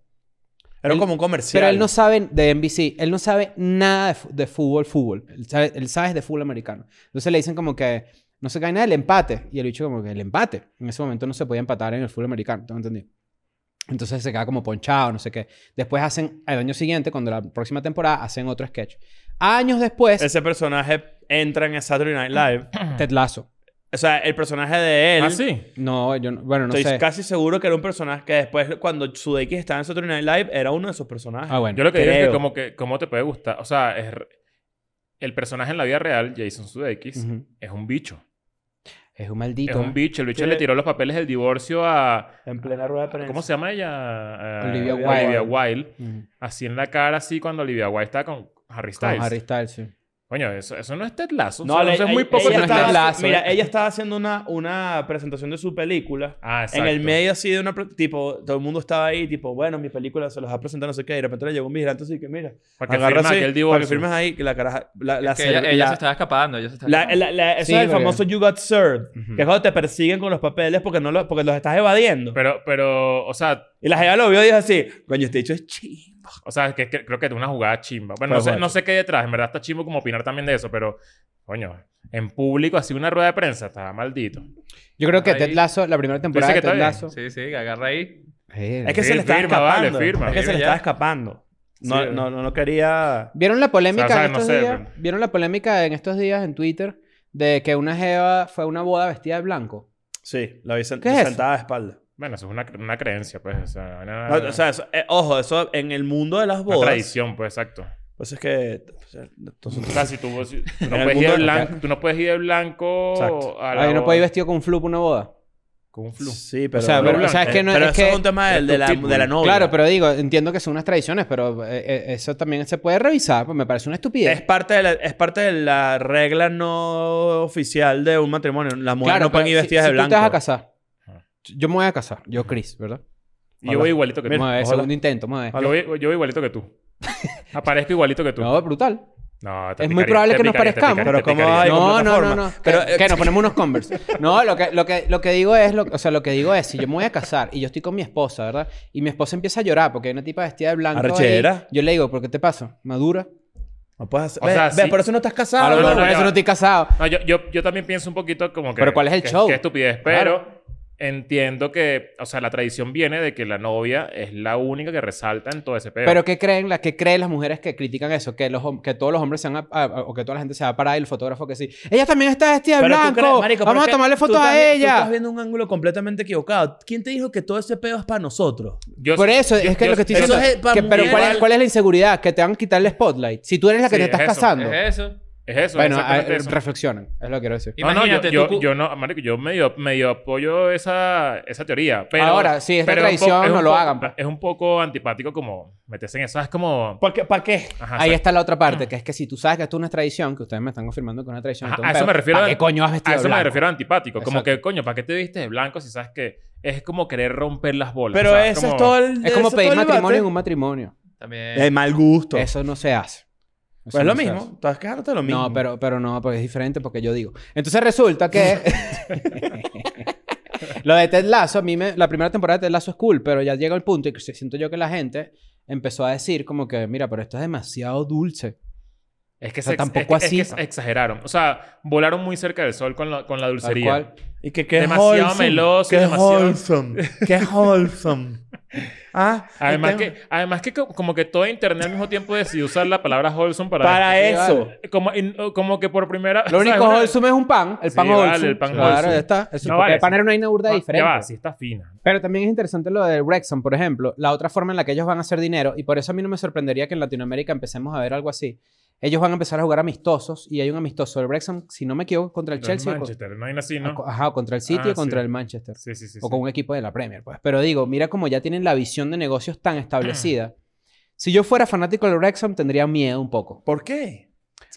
Era
él-
como un comercial.
Pero él no sabe de NBC, él no sabe nada de, fu- de fútbol, fútbol. Él sabe, él sabe es de fútbol americano. Entonces le dicen como que no se cae nada del empate. Y el bicho como que el empate. En ese momento no se podía empatar en el fútbol americano, ¿tengo entendido? Entonces se queda como ponchado, no sé qué. Después hacen, al año siguiente, cuando la próxima temporada, hacen otro sketch. Años después,
Ese personaje entra en Saturday Night Live.
Ted Lasso.
O sea, el personaje de él.
¿Ah, sí?
No, yo no- bueno, no
Estoy
sé.
casi seguro que era un personaje que después, cuando Sudeikis estaba en Saturday Night Live, era uno de sus personajes.
Ah, bueno.
Yo lo que digo es
creo.
que como que cómo te puede gustar. O sea, es re- el personaje en la vida real, Jason Sudeikis,
Ujú.
es un bicho.
Es un maldito.
Es un bicho. El bicho
Sí.
le tiró los papeles del divorcio a...
En plena rueda de prensa.
¿Cómo se llama ella? Eh,
Olivia
Olivia
Wilde.
Wilde.
Ujú.
Así en la cara, así cuando Olivia Wilde está con Harry
Con
Styles.
Harry Styles, sí.
Coño, eso, eso no es Ted Lasso.
No,
No,
le-
eso es muy
ella-
poco
ella
no
Ted
está
estaba-
Lasso.
Lasso,
Mira,
¿eh?
ella estaba haciendo una, una presentación de su película.
Ah,
En el
exacto.
medio así de una... pre- Tipo, todo el mundo estaba ahí, tipo, bueno, mi película se los va a presentar, no sé qué. Y de repente le llegó un migrante así que, mira,
Para que
agarra
firme
así,
aquel
para que
divorcio.
firmes ahí, que la caraja... La, la,
Es que ella,
cer-
ella
la-
se estaba escapando. Ella se estaba
la-
escapando.
la- la- eso
Sí,
es el
verga.
famoso You Got Served.
Ujú.
Que es cuando te persiguen con los papeles porque, no lo- porque los estás evadiendo.
Pero, pero, o sea,
y la jeva lo vio y dijo así, coño, este hecho es chimbo.
o sea que, que- creo que es una jugada chimba. Bueno,
Fue
no sé,
guacho.
no sé qué hay detrás. En verdad está chimbo como opinar también de eso, pero, coño, en público así una rueda de prensa está maldito.
Yo creo que
Ahí.
Ted Lasso, la primera temporada de
que está
Ted
bien.
Lasso.
Sí, sí, que agarra ahí.
Eh.
Es que se
Fir-
le estaba
firma, vale,
escapando.
firma.
Es que se le
Ya.
estaba escapando. No,
Sí.
no, no, no quería...
¿Vieron la polémica
O sea, o sea,
en estos
no sé,
días?
pero-
¿Vieron la polémica en estos días en Twitter de que una jeva fue a una boda vestida de blanco?
Sí, la vi sen-
¿Qué es eso?
sentada de espalda.
Bueno, eso es una, una creencia, pues. O sea, una,
No, o sea, eso- eh, ojo, eso en el mundo de las
una
bodas.
tradición, pues, exacto.
Pues es que. pues, eh,
O
entonces-
sea, si tú, si- tú no
En el
puedes ir
mundo-
de blanco, tú no puedes ir de blanco
Exacto.
a la
Ay, Ah, no
boda
puede ir vestido con un flup a una boda.
con un flu.
sí, pero.
o sea,
pero-
eh,
o sea, es
que no-
pero
es
eso
que-
es un tema del- de,
Pero
la,
tú,
de la
Pitbull.
novia.
Claro, pero digo, entiendo que son unas tradiciones, pero eh, eh, eso también se puede revisar, pues me parece una estupidez.
Es parte, de la, es parte de la regla no oficial de un matrimonio. Las mujeres
claro,
no pueden
pero
ir
si-
vestidas
si
de blanco.
Tú te vas a casar.
Ajá.
Yo me voy a casar, yo Chris, ¿verdad?
Y yo voy igualito que tú.
Mira,
mueve,
ojalá.
segundo intento, mueve.
Yo voy, yo voy igualito que tú. Aparezco igualito que tú.
No, brutal.
No, te
Es muy
picaría,
probable
te
que nos
picaría, te
parezcamos.
picaría,
Pero
te
¿cómo
picaría.
hay- con
no, no, no,
plataforma.
no.
Pero,
que,
eh,
que nos ponemos unos Converse. No, lo que, lo que, lo que digo es, lo, o sea, lo que digo es, si yo me voy a casar y yo estoy con mi esposa, ¿verdad? Y mi esposa empieza a llorar porque hay una tipa vestida de blanco. ahí,
Arrechera.
yo le digo, ¿por qué te pasa? Madura.
No puedes hacer.
O
ve-
sea,
ve,
sí.
por eso Ah, no estás casado.
Claro,
no,
no,
no,
por
ya
eso
va.
no estoy casado.
No, yo, yo, yo también pienso un poquito como que.
Pero ¿cuál es el
que-
show?
Qué estupidez. Pero entiendo que, o sea, la tradición viene de que la novia es la única que resalta en todo ese pedo.
Pero ¿qué creen, las qué creen las mujeres que critican eso? Que, los, hom- que todos los hombres se van a, a- a- o que toda la gente se va a parar y el fotógrafo que sí. Ella también está vestida de
Pero tú
blanco.
crees, marico,
Vamos
pero
a
es que
tomarle
tú
foto
estás vi-
a
Tú estás
ella.
viendo un ángulo completamente equivocado. ¿Quién te dijo que todo ese pedo es para nosotros?
Yo-
Por eso
yo-
es que
yo-
lo que estoy
eso
diciendo.
es pa'
que- pero
mujer.
¿cuál es, cuál es la inseguridad? Que te van a quitar el spotlight. Si tú eres la que
Sí,
te estás
es eso,
casando.
Es eso.
Es eso.
Bueno,
es exactamente
ah,
eso.
reflexionen. Es lo que quiero decir.
No, no, yo,
Imagínate
yo,
tú-
yo no, marico, yo medio, medio apoyo esa, esa teoría. Pero,
Ahora, sí, esta
pero es un
tradición
poco- es
no
un
lo
poco-
hagan, pues.
Es un poco antipático como meterse en eso. Es como...
¿Para qué? ¿Para qué?
Ajá,
Ahí
o sea,
está la otra parte, que es que si tú sabes que esto es una tradición, que ustedes me están confirmando que es una tradición.
Ajá,
esto es un
a eso
pedo,
me refiero
¿Para
a-
qué coño has vestido
a eso
blanco?
me refiero a antipático. Como
Exacto.
que, coño, ¿para qué te viste de blanco si sabes que es como querer romper las bolas?
Pero
O sea,
ese es todo el.
Es como
ese todo
pedir
el debate.
matrimonio en un matrimonio.
También.
Eh,
De mal gusto.
Eso no se hace. Eso
Pues es
no
lo
se
mismo.
hace.
Estás quejándote de lo mismo.
No, pero, pero no, porque es diferente porque yo digo. Entonces resulta que... lo de Ted Lasso, a mí me, la primera temporada de Ted Lasso es cool, pero ya llega el punto y que siento yo que la gente empezó a decir como que, mira, pero esto es demasiado dulce.
Es que
O sea,
se ex-
tampoco
es que- es
así.
que exageraron. O sea, volaron muy cerca del sol con la, con la
Tal
dulcería.
cual.
Y que qué
Demasiado
wholesome,
meloso,
Qué
demasiado-
wholesome. Qué wholesome. Ah,
Además
este-
que, además que co- como que todo internet al mismo tiempo decidió usar la palabra wholesome para...
Para eso.
vale.
Como, y- como que por primera...
Lo
o sea,
único
una-
wholesome es un pan. El
Sí,
pan
vale,
wholesome.
el pan
Claro,
wholesome.
ya está. Eso,
No,
porque
vale,
el pan
sí.
era una inaugurada
Ah,
diferente.
Ya va, sí está fina.
Pero también es interesante lo de Wrexham, por ejemplo, la otra forma en la que ellos van a hacer dinero, y por eso a mí no me sorprendería que en Latinoamérica empecemos a ver algo así. Ellos van a empezar a jugar amistosos, y hay un amistoso del Wrexham, si no me equivoco, contra el
No,
Chelsea. o con-
Manchester, no hay así, ¿no?
o con- ajá, o contra el City
Ah,
o contra
sí.
el Manchester.
Sí, sí, sí.
o
sí.
con un equipo de la Premier, pues. Pero digo, mira como ya tienen la visión de negocios tan establecida. si yo fuera fanático del Wrexham, tendría miedo un poco.
¿Por qué?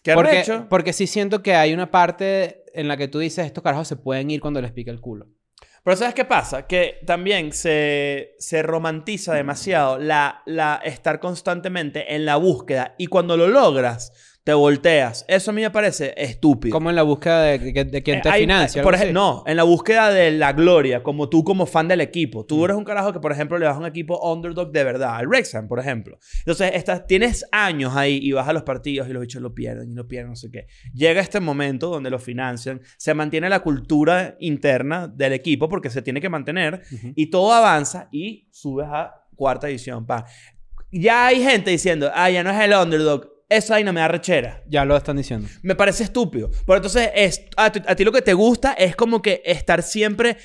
¿Qué
Porque,
arrecho?
porque sí siento que hay una parte en la que tú dices, estos carajos se pueden ir cuando les pica el culo.
Pero ¿sabes qué pasa? Que también se, se romantiza demasiado la, la estar constantemente en la búsqueda y cuando lo logras, te volteas. Eso a mí me parece estúpido.
Como en la búsqueda de, de- de quien te
Eh, hay-
financia.
Por
algo así.
ejemplo, no, en la búsqueda de la gloria, como tú como fan del equipo. Tú eres un carajo que, por ejemplo, le vas a un equipo underdog de verdad, al Wrexham, por ejemplo. Entonces, estás, tienes años ahí y vas a los partidos y los bichos lo pierden y lo pierden, no sé qué. Llega este momento donde lo financian, se mantiene la cultura interna del equipo porque se tiene que mantener
Ujú.
y todo avanza y subes a cuarta edición, pa. Ya hay gente diciendo, ah, ya no es el underdog. Esa vaina me da rechera.
Ya lo están diciendo.
Me parece estúpido. Pero entonces, es, a, ti- a ti lo que te gusta es como que estar siempre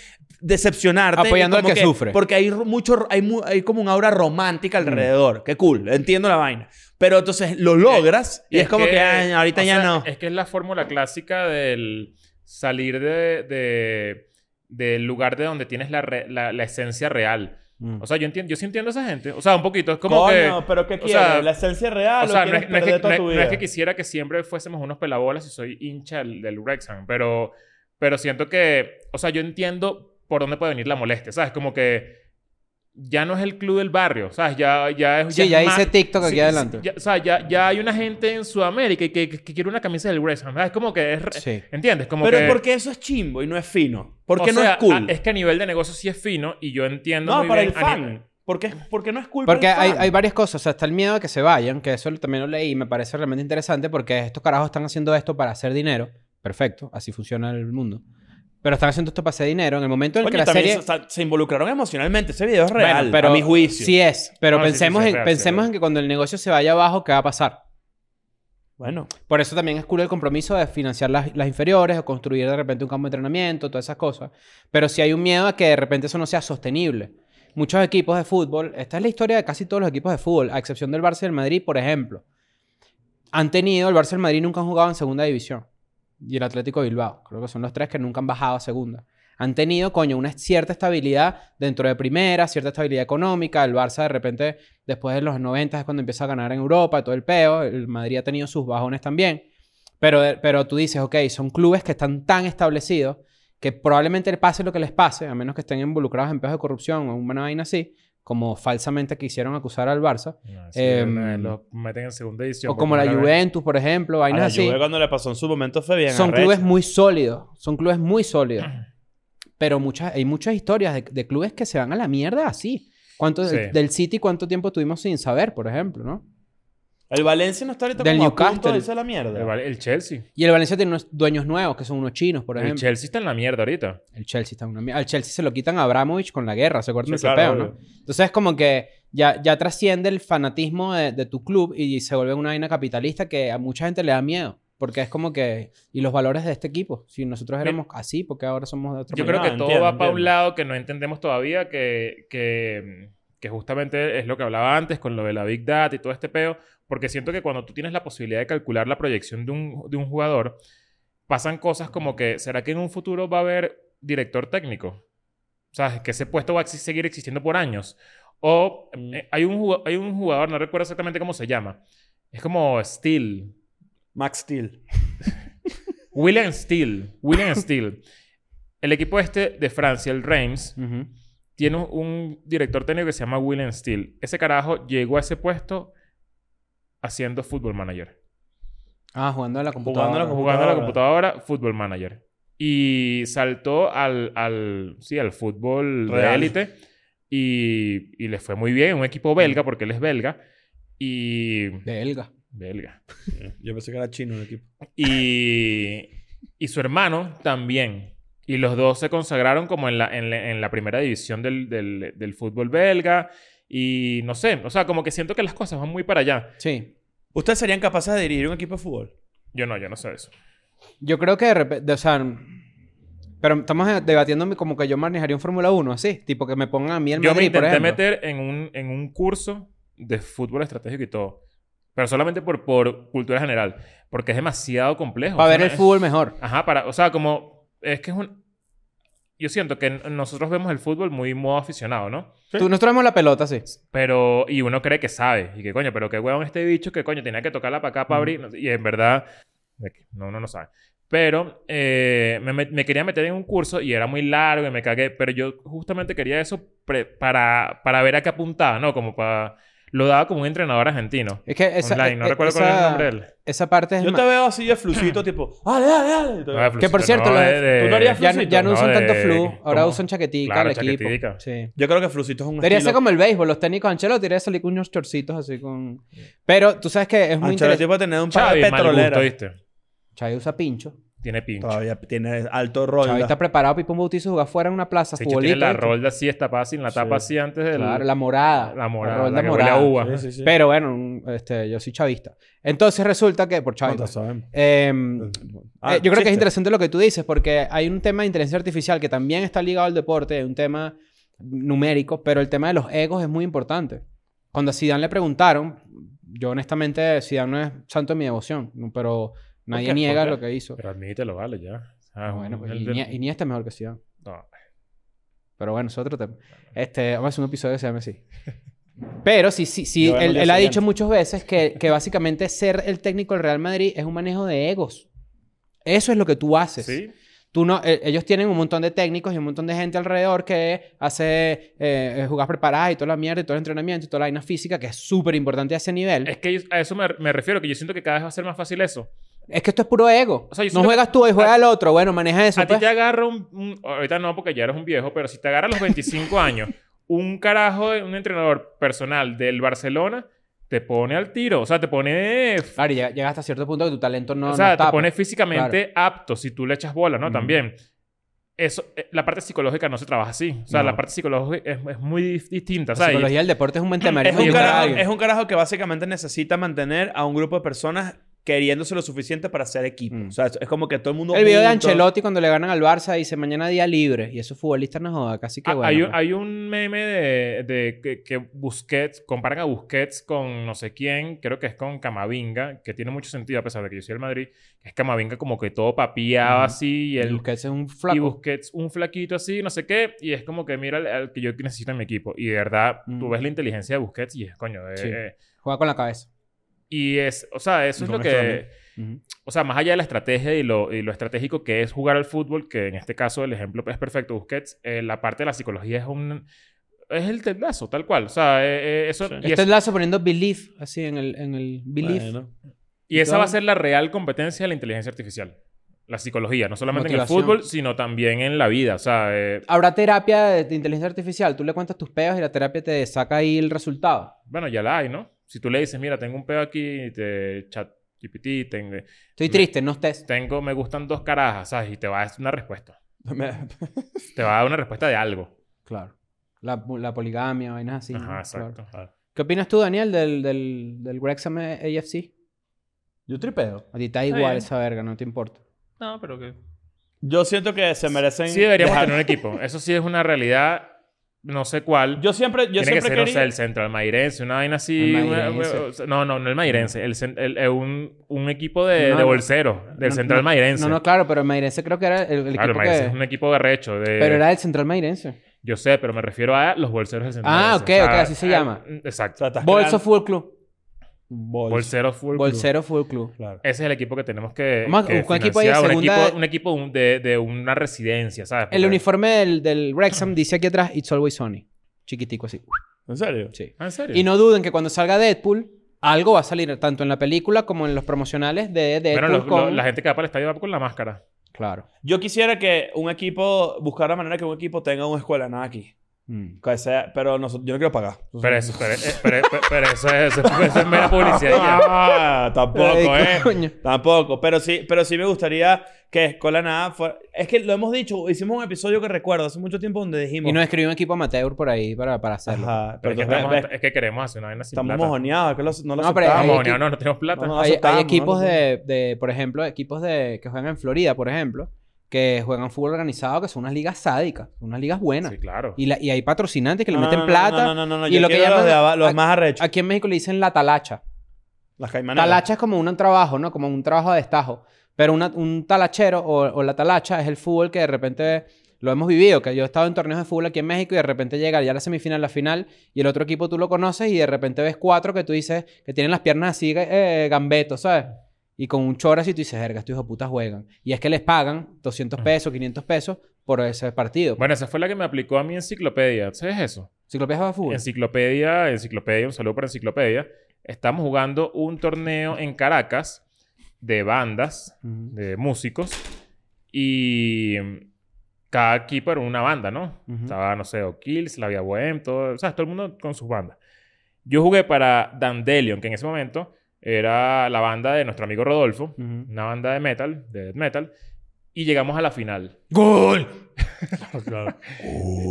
decepcionarte.
Apoyando
y
al
como
que sufre.
Porque hay ru- mucho, hay, mu- hay como una aura romántica
Mm.
alrededor. Qué cool, entiendo la vaina. Pero entonces lo logras y es, como que, "Ay, ahorita
o
ya
sea,
no.
Es que es la fórmula clásica del salir de, de- del lugar de donde tienes la, re- la, la esencia real.
Mm.
O sea, yo entiendo, yo sí entiendo a esa gente. O sea, un poquito. Es como que.
pero ¿qué
o sea, quieres? ¿La
esencia real
O sea, no es, no es que, no es- no es que quisiera que siempre fuésemos unos pelabolas y soy hincha del, del Wrexham, pero, pero siento que, o sea, yo entiendo por dónde puede venir la molestia, ¿sabes? Como que ya no es el club del barrio, ¿sabes? Ya, ya es...
Sí,
es
ya
más-
hice TikTok
sí,
aquí
sí,
adelante.
ya- o sea, ya, ya hay una gente en Sudamérica que, que, que quiere una camisa del Wrexham, ¿sabes? Es como que es... re-
Sí.
¿Entiendes? Como
Pero
que...
porque eso es chimbo y no es fino.
o
Porque no
sea,
es cool.
a- este es que a nivel de negocio sí es fino y yo entiendo
no,
muy
para
bien
el
a ni-
fan. Porque, porque no es cool.
Porque
para el
hay,
fan.
hay varias cosas. O sea, está el miedo de que se vayan, que eso también lo leí y me parece realmente interesante porque estos carajos están haciendo esto para hacer dinero. Perfecto, así funciona el mundo. Pero están haciendo esto para hacer dinero. En el momento en el
Coño,
que la
también
serie...
se, o sea, se involucraron emocionalmente. Ese video es real,
Bueno, pero
a mi juicio.
Sí es, pero
No, sí, sí,
pensemos,
sí,
en,
real, sí,
pensemos
real.
en que cuando el negocio se vaya abajo, ¿qué va a pasar?
Bueno,
Por eso también es cool el compromiso de financiar las, las inferiores o construir de repente un campo de entrenamiento, todas esas cosas. Pero si hay un miedo a que de repente eso no sea sostenible. Muchos equipos de fútbol, esta es la historia de casi todos los equipos de fútbol, a excepción del Barça y del Madrid, por ejemplo. Han tenido, el Barça y el Madrid nunca han jugado en segunda división. Y el Atlético de Bilbao, creo que son los tres que nunca han bajado a segunda. Han tenido, coño, una cierta estabilidad dentro de primera, cierta estabilidad económica. El Barça de repente Después de los 90 es cuando empieza a ganar en Europa, todo el peo. El Madrid ha tenido sus bajones también. Pero, pero tú dices, ok, son clubes que están tan establecidos que probablemente les pase lo que les pase, a menos que estén involucrados en peos de corrupción o una vaina así, como falsamente quisieron acusar al Barça.
No, sí,
Em,
eh, los meten en segunda edición.
o como la Juventus, por ejemplo,
a
vainas
la
así.
Juve cuando le pasó en su momento fue bien
Son
arrecha.
clubes muy sólidos, son clubes muy sólidos. Pero muchas, hay muchas historias de, de clubes que se van a la mierda así. ¿Cuánto,
Sí.
Del City, ¿cuánto tiempo tuvimos sin saber, por ejemplo, no?
El Valencia no está ahorita
Del
como a punto
Newcastle.
de irse a la mierda.
El, el Chelsea.
Y el Valencia tiene unos dueños nuevos, que son unos chinos, por
El
ejemplo.
Chelsea está en la mierda ahorita.
El Chelsea está en una mierda. Al Chelsea se lo quitan a Abramovich con la guerra, se acuerdan
Sí,
de ese
claro,
peo, ¿no?
obvio.
Entonces es como que ya, ya trasciende el fanatismo de, de tu club y se vuelve una vaina capitalista que a mucha gente le da miedo. Porque es como que... ¿Y los valores de este equipo? Si nosotros éramos así, porque ahora somos de otra
Yo
manera?
creo
Ah,
que todo
entiendo,
va para un
entiendo.
lado que no entendemos todavía, que, que, mm, que justamente es lo que hablaba antes con lo de la Big Data y todo este peo, porque siento que cuando tú tienes la posibilidad de calcular la proyección de un, de un jugador, pasan cosas como que, ¿será que en un futuro va a haber director técnico? O sea, que ese puesto va a exi- seguir existiendo por años. O eh, hay, un, jug- hay un jugador, no recuerdo exactamente cómo se llama, es como Steel,
Max Steel.
William Steele, William Steele. El equipo este de Francia, el Reims,
Ujú.
tiene un, un director técnico que se llama William Steele. Ese carajo llegó a ese puesto haciendo fútbol manager.
Ah, jugando a la computadora.
a la compu-
Jugando a la
Computadora.
computadora, fútbol manager. Y saltó al, al, sí, al fútbol de
Real.
élite. Y, y le fue muy bien. Un equipo belga, porque él es belga. Y...
Belga.
Belga.
Eh, Yo pensé que era chino el equipo.
Y, y su hermano también. Y los dos se consagraron como en la, en la, en la primera división del, del, del fútbol belga. Y no sé, o sea, como que siento que las cosas van muy para allá.
Sí.
¿Ustedes serían capaces de dirigir un equipo de fútbol?
Yo no, yo no sé eso.
Yo creo que de repente, o sea, pero estamos eh, debatiendo como que yo manejaría un Fórmula 1, así, tipo que me pongan a mí el
yo me
Madrid, por
intenté
ejemplo.
meter en un, en un curso de fútbol estratégico y todo. Pero solamente por, por cultura general. Porque es demasiado complejo.
Para
O sea,
ver el
es-
fútbol mejor.
Ajá, para, o sea, como es que es un... Yo siento que n- nosotros vemos el fútbol muy modo aficionado, ¿no?
Tú, nosotros vemos la pelota, sí.
Pero, y uno cree que sabe. Y que coño, pero qué huevón este bicho que coño tenía que tocarla para acá para abrir. No sé, Y en verdad, no, uno no sabe. Pero eh, me, me- me quería meter en un curso y era muy largo y me cagué. Pero yo justamente quería eso pre- para, para ver a qué apuntaba, ¿no? Como para. Lo daba como un entrenador argentino.
Es que esa,
online, no
e- e-
recuerdo cuál
esa-
era el nombre de él.
Esa parte es
Yo
más-
te veo así de flucito, tipo, dale, dale, dale. Y te-
No, de
Que por
Flucito,
cierto,
no,
los-
de- de-
tú no harías
ya, no- ya no
No,
usan
de-
tanto flu, ahora
¿cómo?
usan chaquetica
Claro,
el equipo.
chaquetica.
Sí.
Yo creo que flucito es un
Debería ser
estilo...
como el béisbol, los técnicos Ancelotti debería salir con unos chorcitos así con. Pero tú sabes que es muy
Ancelotti
interesante.
puede tener un par
Chavi,
de
mal gusto,
petroleras.
¿viste?
Chay usa pincho.
tiene pincho.
Todavía tiene alto rol.
Xavi está preparado para ir para un bautizo jugar fuera en una plaza
Sí,
futbolista.
tiene la
¿viste?
rolda así destapada, sin la tapa así antes de
Claro, la morada.
la morada,
rolda
la que huele a
morada.
uva.
Pero bueno, un- este, yo soy chavista. Entonces resulta que, por chavista. em,
Ah,
Eh, yo creo que es interesante lo que tú dices, porque hay un tema de inteligencia artificial que también está ligado al deporte, hay un tema numérico, pero el tema de los egos es muy importante. Cuando a Zidane le preguntaron, yo honestamente, Zidane no es santo de mi devoción, no- pero nadie
qué?
niega
¿Por qué?
lo que hizo.
Pero admítelo, vale, ya. Ah,
bueno, pues,
el-
Inie- Iniesta es mejor que Zidane.
no.
Pero bueno, es otro tema. Este, vamos a hacer un episodio que se llame así. Pero sí, sí, sí,
Lo vemos
él,
día
él ha
siguiente.
dicho muchas veces que, que básicamente ser el técnico del Real Madrid es un manejo de egos. Eso es lo que tú haces.
¿Sí?
Tú no, e- ellos tienen un montón de técnicos y un montón de gente alrededor que hace eh, jugadas preparadas y toda la mierda y todo el entrenamiento y toda la vaina física que es súper importante a ese nivel.
Es
Es,
que a eso me, me refiero, que yo siento que cada vez va a ser más fácil eso.
que esto es puro ego.
O sea, yo
no
siento
juegas tú y juega
a-
el otro. Bueno, maneja eso.
A ti
pues.
te agarra un, un- Ahorita no, porque ya eres un viejo, pero si te agarra a los 25 años un carajo, de- un entrenador personal del Barcelona, te pone al tiro. O sea, te pone...
Claro, y llega, llega hasta cierto punto que tu talento no,
o sea,
no
te
tapa.
pone físicamente apto si tú le echas bola, ¿no?
Ujú.
También. Eso, eh, la parte psicológica no se trabaja así. O sea,
No.
la parte psicológica es, es muy dif-
La
distinta. O sea, y-
psicología del deporte es un buen tema.
Es
Yo
un,
creo que
carajo,
alguien-
es un carajo que básicamente necesita mantener a un grupo de personas queriéndose lo suficiente para ser equipo.
Mm.
O sea, es es como que todo el mundo.
El video de
junto.
Ancelotti cuando le ganan al Barça dice mañana día libre. Y esos futbolistas no jodan, casi que
Ah,
bueno.
hay, un,
pues.
hay un meme de, de que, que Busquets, comparan a Busquets con no sé quién, creo que es con Camavinga, que tiene mucho sentido a pesar de que yo soy del Madrid, que es Camavinga como que todo papiado
Ujú.
así y,
Y
el,
Busquets es un
y
flaco.
Busquets un flaquito así, no sé qué, y es como que mira al, al que yo necesito en mi equipo. Y de verdad, tú
Mm.
ves la inteligencia de Busquets y es coño. eh,
Sí.
eh,
Juega con la cabeza.
y es, o sea, eso es
Con
lo
esto
que...
también.
Ujú.
O sea, más allá de la estrategia y lo, y lo estratégico que es jugar al fútbol, que en este caso el ejemplo es perfecto, Busquets, eh, la parte de la psicología es un... Es el telazo, tal cual. O sea, eh, eh, eso,
Sí.
y,
Este
es-
es Lazo poniendo belief, así en el, en el belief.
Bueno.
y esa va a
todo.
ser la real competencia de la inteligencia artificial. La psicología, no solamente en
Motivación.
el fútbol, sino también en la vida. O sea, eh,
Habrá terapia de, de inteligencia artificial. Tú le cuentas tus peos y la terapia te saca ahí el resultado.
bueno, ya la hay, ¿no? Si tú le dices, mira, tengo un pedo aquí, y te chat GPT, ten-
Estoy
Me-
triste, no estés.
tengo, me gustan dos carajas, ¿sabes? Y te va a dar una respuesta.
Me-
Te va a dar una respuesta de algo.
Claro. La, la poligamia, vainas así.
Ajá,
¿no?
exacto.
Claro. ¿Qué opinas tú, Daniel, del, del, del Wrexham E- AFC?
Yo tripeo.
A ti está
Está
igual
bien.
esa verga, no te importa.
No, pero que...
Yo siento que se merecen.
Sí deberíamos
dejar-
tener un equipo. Eso sí es una realidad, no sé cuál.
Yo siempre. Yo
Tiene que
siempre
ser, no
quería-
sé, el centro, el mairense, una vaina así.
El
una-
Mairense.
o sea, no, no, no el mairense. El, cen- el- eh, un, un equipo de,
No,
de
no.
bolseros, del
No,
central
no,
mairense.
No, no, claro, pero el Mairense creo que era el, el
claro, el
equipo
mairense
que...
es un equipo garrecho. De,
Pero era el Central Mairense.
Yo sé, pero me refiero a los bolseros del central.
Ah,
mairense.
ok, ok, así se
eh,
llama.
O
Exacto.
sea, estás
Bolso
creando-
Fútbol Club.
Bols.
Bolseros full.
Bolsero Fútbol Club.
Claro.
Ese es el equipo que tenemos que.
Vamos a
que
buscar un equipo ahí de
financiar, un
segunda-
equipo, un equipo un- de, de una residencia, ¿sabes?
El
Porque-
uniforme del, del Wrexham dice aquí atrás, It's Always Sunny. Chiquitico así.
¿En serio?
Sí.
Ah, ¿En serio?
Y no duden que cuando salga Deadpool, algo va a salir tanto en la película como en los promocionales de Deadpool
bueno, los-
con...
los- la gente que va para el estadio va con la máscara.
Claro.
Yo quisiera que un equipo. Buscar la manera que un equipo tenga una escuela nada aquí. Que sea- pero noso- yo no quiero pagar.
Pero eso, pero, eh, pero, pero- pero eso, es- eso, es- eso es mera publicidad. ya.
Ah, tampoco,
Ay,
¿eh?
coño.
Tampoco, pero sí, pero sí me gustaría que Escuela Nada fuera... Es que lo hemos dicho, hicimos un episodio que recuerdo hace mucho tiempo donde dijimos...
Y nos escribió un equipo amateur por ahí para, para hacerlo.
Oh. Ajá,
Pero
pero
es que,
ves-
estamos,
ves,
es que queremos hacer una vaina sin
estamos
plata.
mojoneados, es que lo- no lo
No, pero
aceptamos.
Estamos
Hay
mojoneados, no tenemos plata.
No, no.
hay,
aceptamos,
hay equipos
¿no?
de, de, por ejemplo, equipos de que juegan en Florida, por ejemplo, que juegan fútbol organizado, que son unas ligas sádicas, unas ligas buenas.
Sí, claro.
Y, la- y hay patrocinantes que le
No,
meten
no, no,
plata.
No, no, no, no,
y lo que
llaman... Los, de
llaman-
aba- los
a-
más arrechos.
Aquí en México le dicen la talacha.
Las caimaneras.
Talacha es como un trabajo, ¿no? Como un trabajo de destajo. Pero una- un talachero o, o la talacha es el fútbol que de repente lo hemos vivido. Que yo he estado en torneos de fútbol aquí en México y de repente llega ya la semifinal, la final y el otro equipo tú lo conoces y de repente ves cuatro que tú dices que tienen las piernas así, eh, gambeto, ¿sabes? Y con un chor así tú dices, verga, estos hijos de puta juegan. Y es que les pagan 200 pesos, 500 pesos por ese partido.
Bueno, esa fue la que me aplicó a mi enciclopedia. ¿Sabes eso?
Ciclopeas de fútbol.
Enciclopedia, enciclopedia, un saludo para enciclopedia. Estamos jugando un torneo en Caracas de bandas,
Ujú.
de músicos. Y mm, cada equipo era una banda, ¿no?
Ujú.
Estaba, no sé, O'Kills, La Vía Bohem, todo, o sea, todo el mundo con sus bandas. Yo jugué para Dandelion, que en ese momento era la banda de nuestro amigo Rodolfo,
Ujú.
una banda de metal, de death metal, y llegamos a la final.
¡Gol!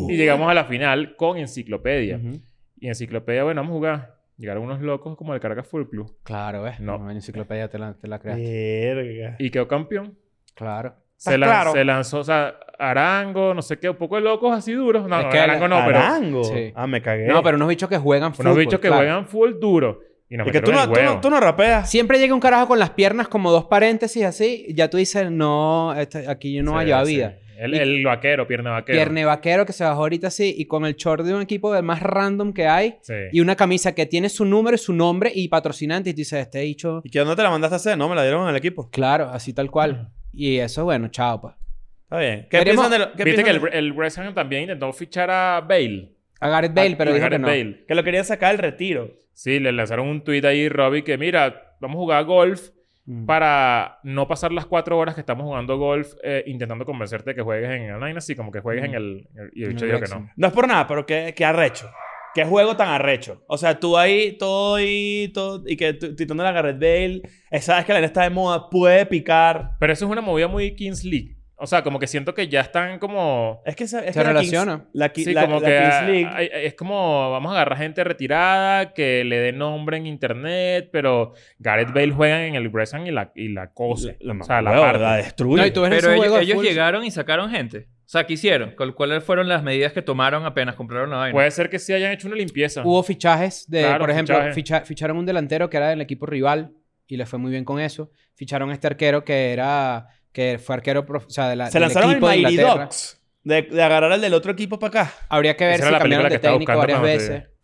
Y llegamos a la final con Enciclopedia.
Ujú.
Y Enciclopedia, bueno, vamos a jugar. Llegaron unos locos como el Caracas Full Club.
Claro, ¿ves?
No.
No. en enciclopedia te la, te la creaste.
Eh, Verga.
Y quedó campeón.
Claro.
Se,
¿Estás
lan-
claro?
se lanzó, o sea, Arango, no sé qué, un poco de locos así duros. No,
Es
no,
que
Arango no, pero
Arango.
Sí.
Ah, me cagué.
No, pero unos bichos que juegan fútbol.
eh. unos bichos que
claro.
juegan full duro. Y nos
Es que tú
metieron
no,
el
tú no-
huevo.
tú no rapeas.
Siempre llega un carajo con las piernas como dos paréntesis así, y ya tú dices, no, este- aquí yo no voy a
Sí,
llevar
sí.
vida.
El,
Y-
el vaquero, pierna vaquero.
Pierne vaquero que se bajó ahorita así, y con el short de un equipo del más random que hay,
Sí.
y una camisa que tiene su número y su nombre y patrocinante, y tú dices, este bicho,
¿Y qué dónde te la mandaste a hacer? No, me la dieron al equipo.
claro, así tal cual. Y eso, bueno, chao, pues.
Está bien. ¿Qué
Veremos-
piensan de lo, qué
Viste
piensan
que el,
de-
el West Ham también intentó fichar a Bale.
A Gareth Bale, pero
a
dijo que
Gareth
no.
Bale.
que lo querían sacar del retiro?
Sí, le lanzaron un tweet ahí, Robbie, que mira, vamos a jugar golf
Mm.
para no pasar las cuatro horas que estamos jugando golf eh, intentando convencerte de que juegues en online, así como que juegues en el... en el- y el
En
bicho
el
dijo que
Wrexham.
no.
No es por nada, pero qué, qué arrecho. Qué juego tan arrecho. O sea, tú ahí todo y todo. Y que tú- titulando la Garrett Bale. eh, Sabes que la nena está de moda. Puede picar.
Pero eso es una movida muy Kings League. O sea, como que siento que ya están como...
Es que esa- es
Se
que la
relaciona.
Kings- La, Ki-
Sí,
la-
como
la
que
Kings
ah,
League.
hay- hay- es como vamos a agarrar gente retirada que le dé nombre en internet, pero Gareth Bale juega en el West Ham y la, y la cosa. o sea, la
huevo,
parte.
la destruye.
No, y tú ves
Pero
ese
ellos,
juego de
ellos
fútbol-
llegaron y sacaron gente. O sea, ¿qué hicieron? ¿Cuál- ¿Cuáles fueron las medidas que tomaron apenas compraron la vaina?
Pues,
Puede ser que sí hayan hecho una limpieza.
Hubo fichajes de,
Claro,
por ejemplo,
fichajes.
ficha- ficharon un delantero que era del equipo rival y le fue muy bien con eso. Ficharon a este arquero que era que fue arquero, prof- o sea, de la,
Se
Ah, del
lanzaron el
equipo de
Mighty
Inglaterra.
Dogs. De, de agarrar al del otro equipo para acá.
Habría que ver
Esa
si
era la película
cambiaron
que
de
estaba
técnico
buscando
varias
para
veces.
Montevideo.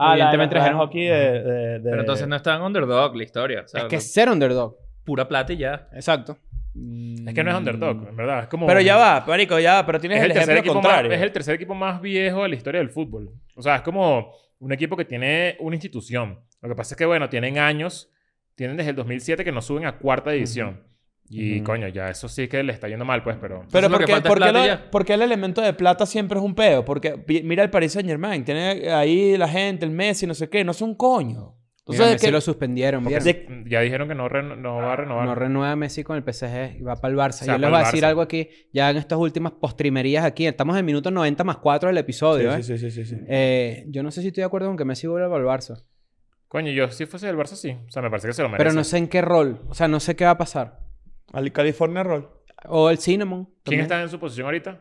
Ah, la-
Evidentemente
la- la-
trajeron aquí de, de- de-
Pero entonces no estaban underdog la historia. O sea,
eh, Es que es ser underdog.
pura plata y ya.
Exacto.
Es que no es underdog, en verdad. Es como...
Pero ya va, marico, ya va. Pero tienes
Es el,
el,
tercer
ejemplo
equipo más,
contrario.
es el tercer equipo más viejo de la historia del fútbol. O sea, es como un equipo que tiene una institución. Lo que pasa es que, bueno, tienen años, tienen desde el 2007 que no suben a cuarta división. Y,
Ujú.
coño, ya eso sí que le está yendo mal, pues, pero...
Pero
Entonces lo
¿por
que
qué,
falta es
por qué
plata
lo-
y ya.
por qué el elemento de plata siempre es un peo? Porque pi- mira el Paris Saint Germain, tiene ahí la gente, el Messi, no sé qué, no son coño.
Mira,
Entonces,
Messi
que-
lo suspendieron. ¿vieron?
de-
Ya dijeron que no, reno- no va a renovar.
Ah, No renueva Messi con el PSG y va para el Barça.
O sea,
Yo les
para
voy
el
a decir
Barça.
algo aquí, ya en estas últimas postrimerías aquí. Estamos en minuto 90 más 4 del episodio. ¿eh?
Sí, sí, sí, sí, sí.
Eh, yo no sé si estoy de acuerdo con que Messi vuelva al Barça.
Coño, yo si fuese del Barça, sí. O sea, me parece que se lo merece.
Pero no sé en qué rol. O sea, no sé qué va a pasar.
Al California Roll.
O el Cinnamon.
¿Quién
también.
está en su posición ahorita?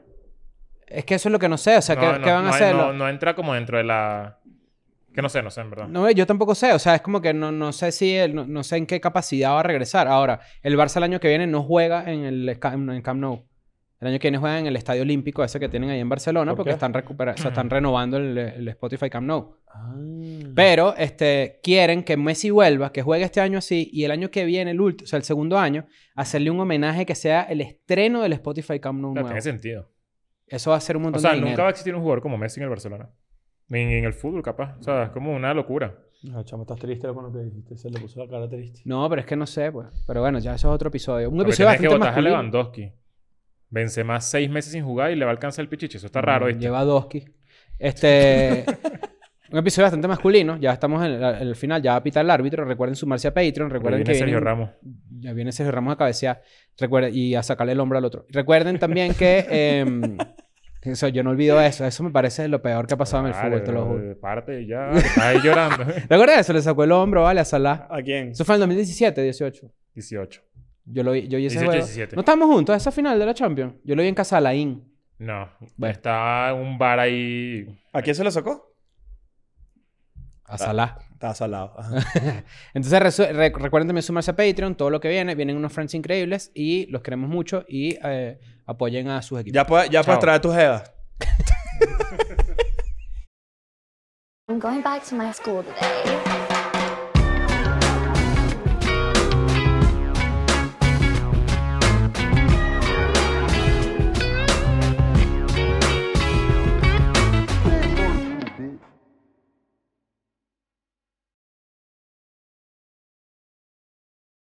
Es que eso es lo que no sé. O sea,
no,
¿qué,
no,
qué van
no,
a hacer?
No,
No,
no entra como dentro de la... Que no sé, no sé, en verdad.
yo tampoco sé. O sea, es como que no, no sé si... él- no, no sé en qué capacidad va a regresar. Ahora, el Barça el año que viene no juega en el Camp, en Camp Nou. El año que viene juega en el Estadio Olímpico ese que tienen ahí en Barcelona
¿Por
porque
qué?
están, recupera- o sea, están renovando el, el Spotify Camp Nou.
Ah.
Pero este, quieren que Messi vuelva, que juegue este año así y el año que viene, el último, o sea, el segundo año, hacerle un homenaje que sea el estreno del Spotify Camp Nou
No,
nuevo.
tiene sentido.
Eso va a ser un
O
montón
sea,
de
nunca va
dinero.
a existir un jugador como Messi en el Barcelona. Ni en el fútbol, capaz. O sea, es como una locura.
No, chamo, estás triste con lo que dijiste. Se le puso la cara triste.
No, pero es que no sé, pues. Pero bueno, ya eso es otro episodio. Un
Porque
episodio
tienes que
bastante
votar a
masculino.
Lewandowski. Benzema seis meses sin jugar y le va a alcanzar el pichichi. Eso está raro, ¿viste?
Mm, Lleva Doski. Este. un episodio bastante masculino. Ya estamos en el, en el final. Ya va a pitar el árbitro. Recuerden sumarse a Patreon.
Pero
Recuerden
viene
que
Sergio
vienen-
Ramos.
Ya viene Sergio Ramos a cabecear recuerda, y a sacarle el hombro al otro. Recuerden también que. em, eso, yo no olvido eso. Eso me parece lo peor que ha pasado en el fútbol, te lo juro.
De parte y ya. Está ahí llorando.
¿Te acuerdas de eso? Le sacó el hombro, ¿vale? A
Ah.
Salah.
¿A quién?
Eso fue en el 2017, 18.
18.
Yo lo vi, yo vi ese
18,
juego.
17.
No estábamos juntos a esa final de la Champions. Yo lo vi en casa de Alain.
No.
Bueno.
Está en un bar ahí.
¿A quién se lo sacó?
A Salah.
Estaba salado. Ajá.
Entonces resu- re- recuerden también sumarse a Patreon, todo lo que viene, vienen unos friends increíbles y los queremos mucho y eh, apoyen a sus equipos.
ya puedes, ya puedes
Chao.
traer tus jevas.
I'm going back to my school today.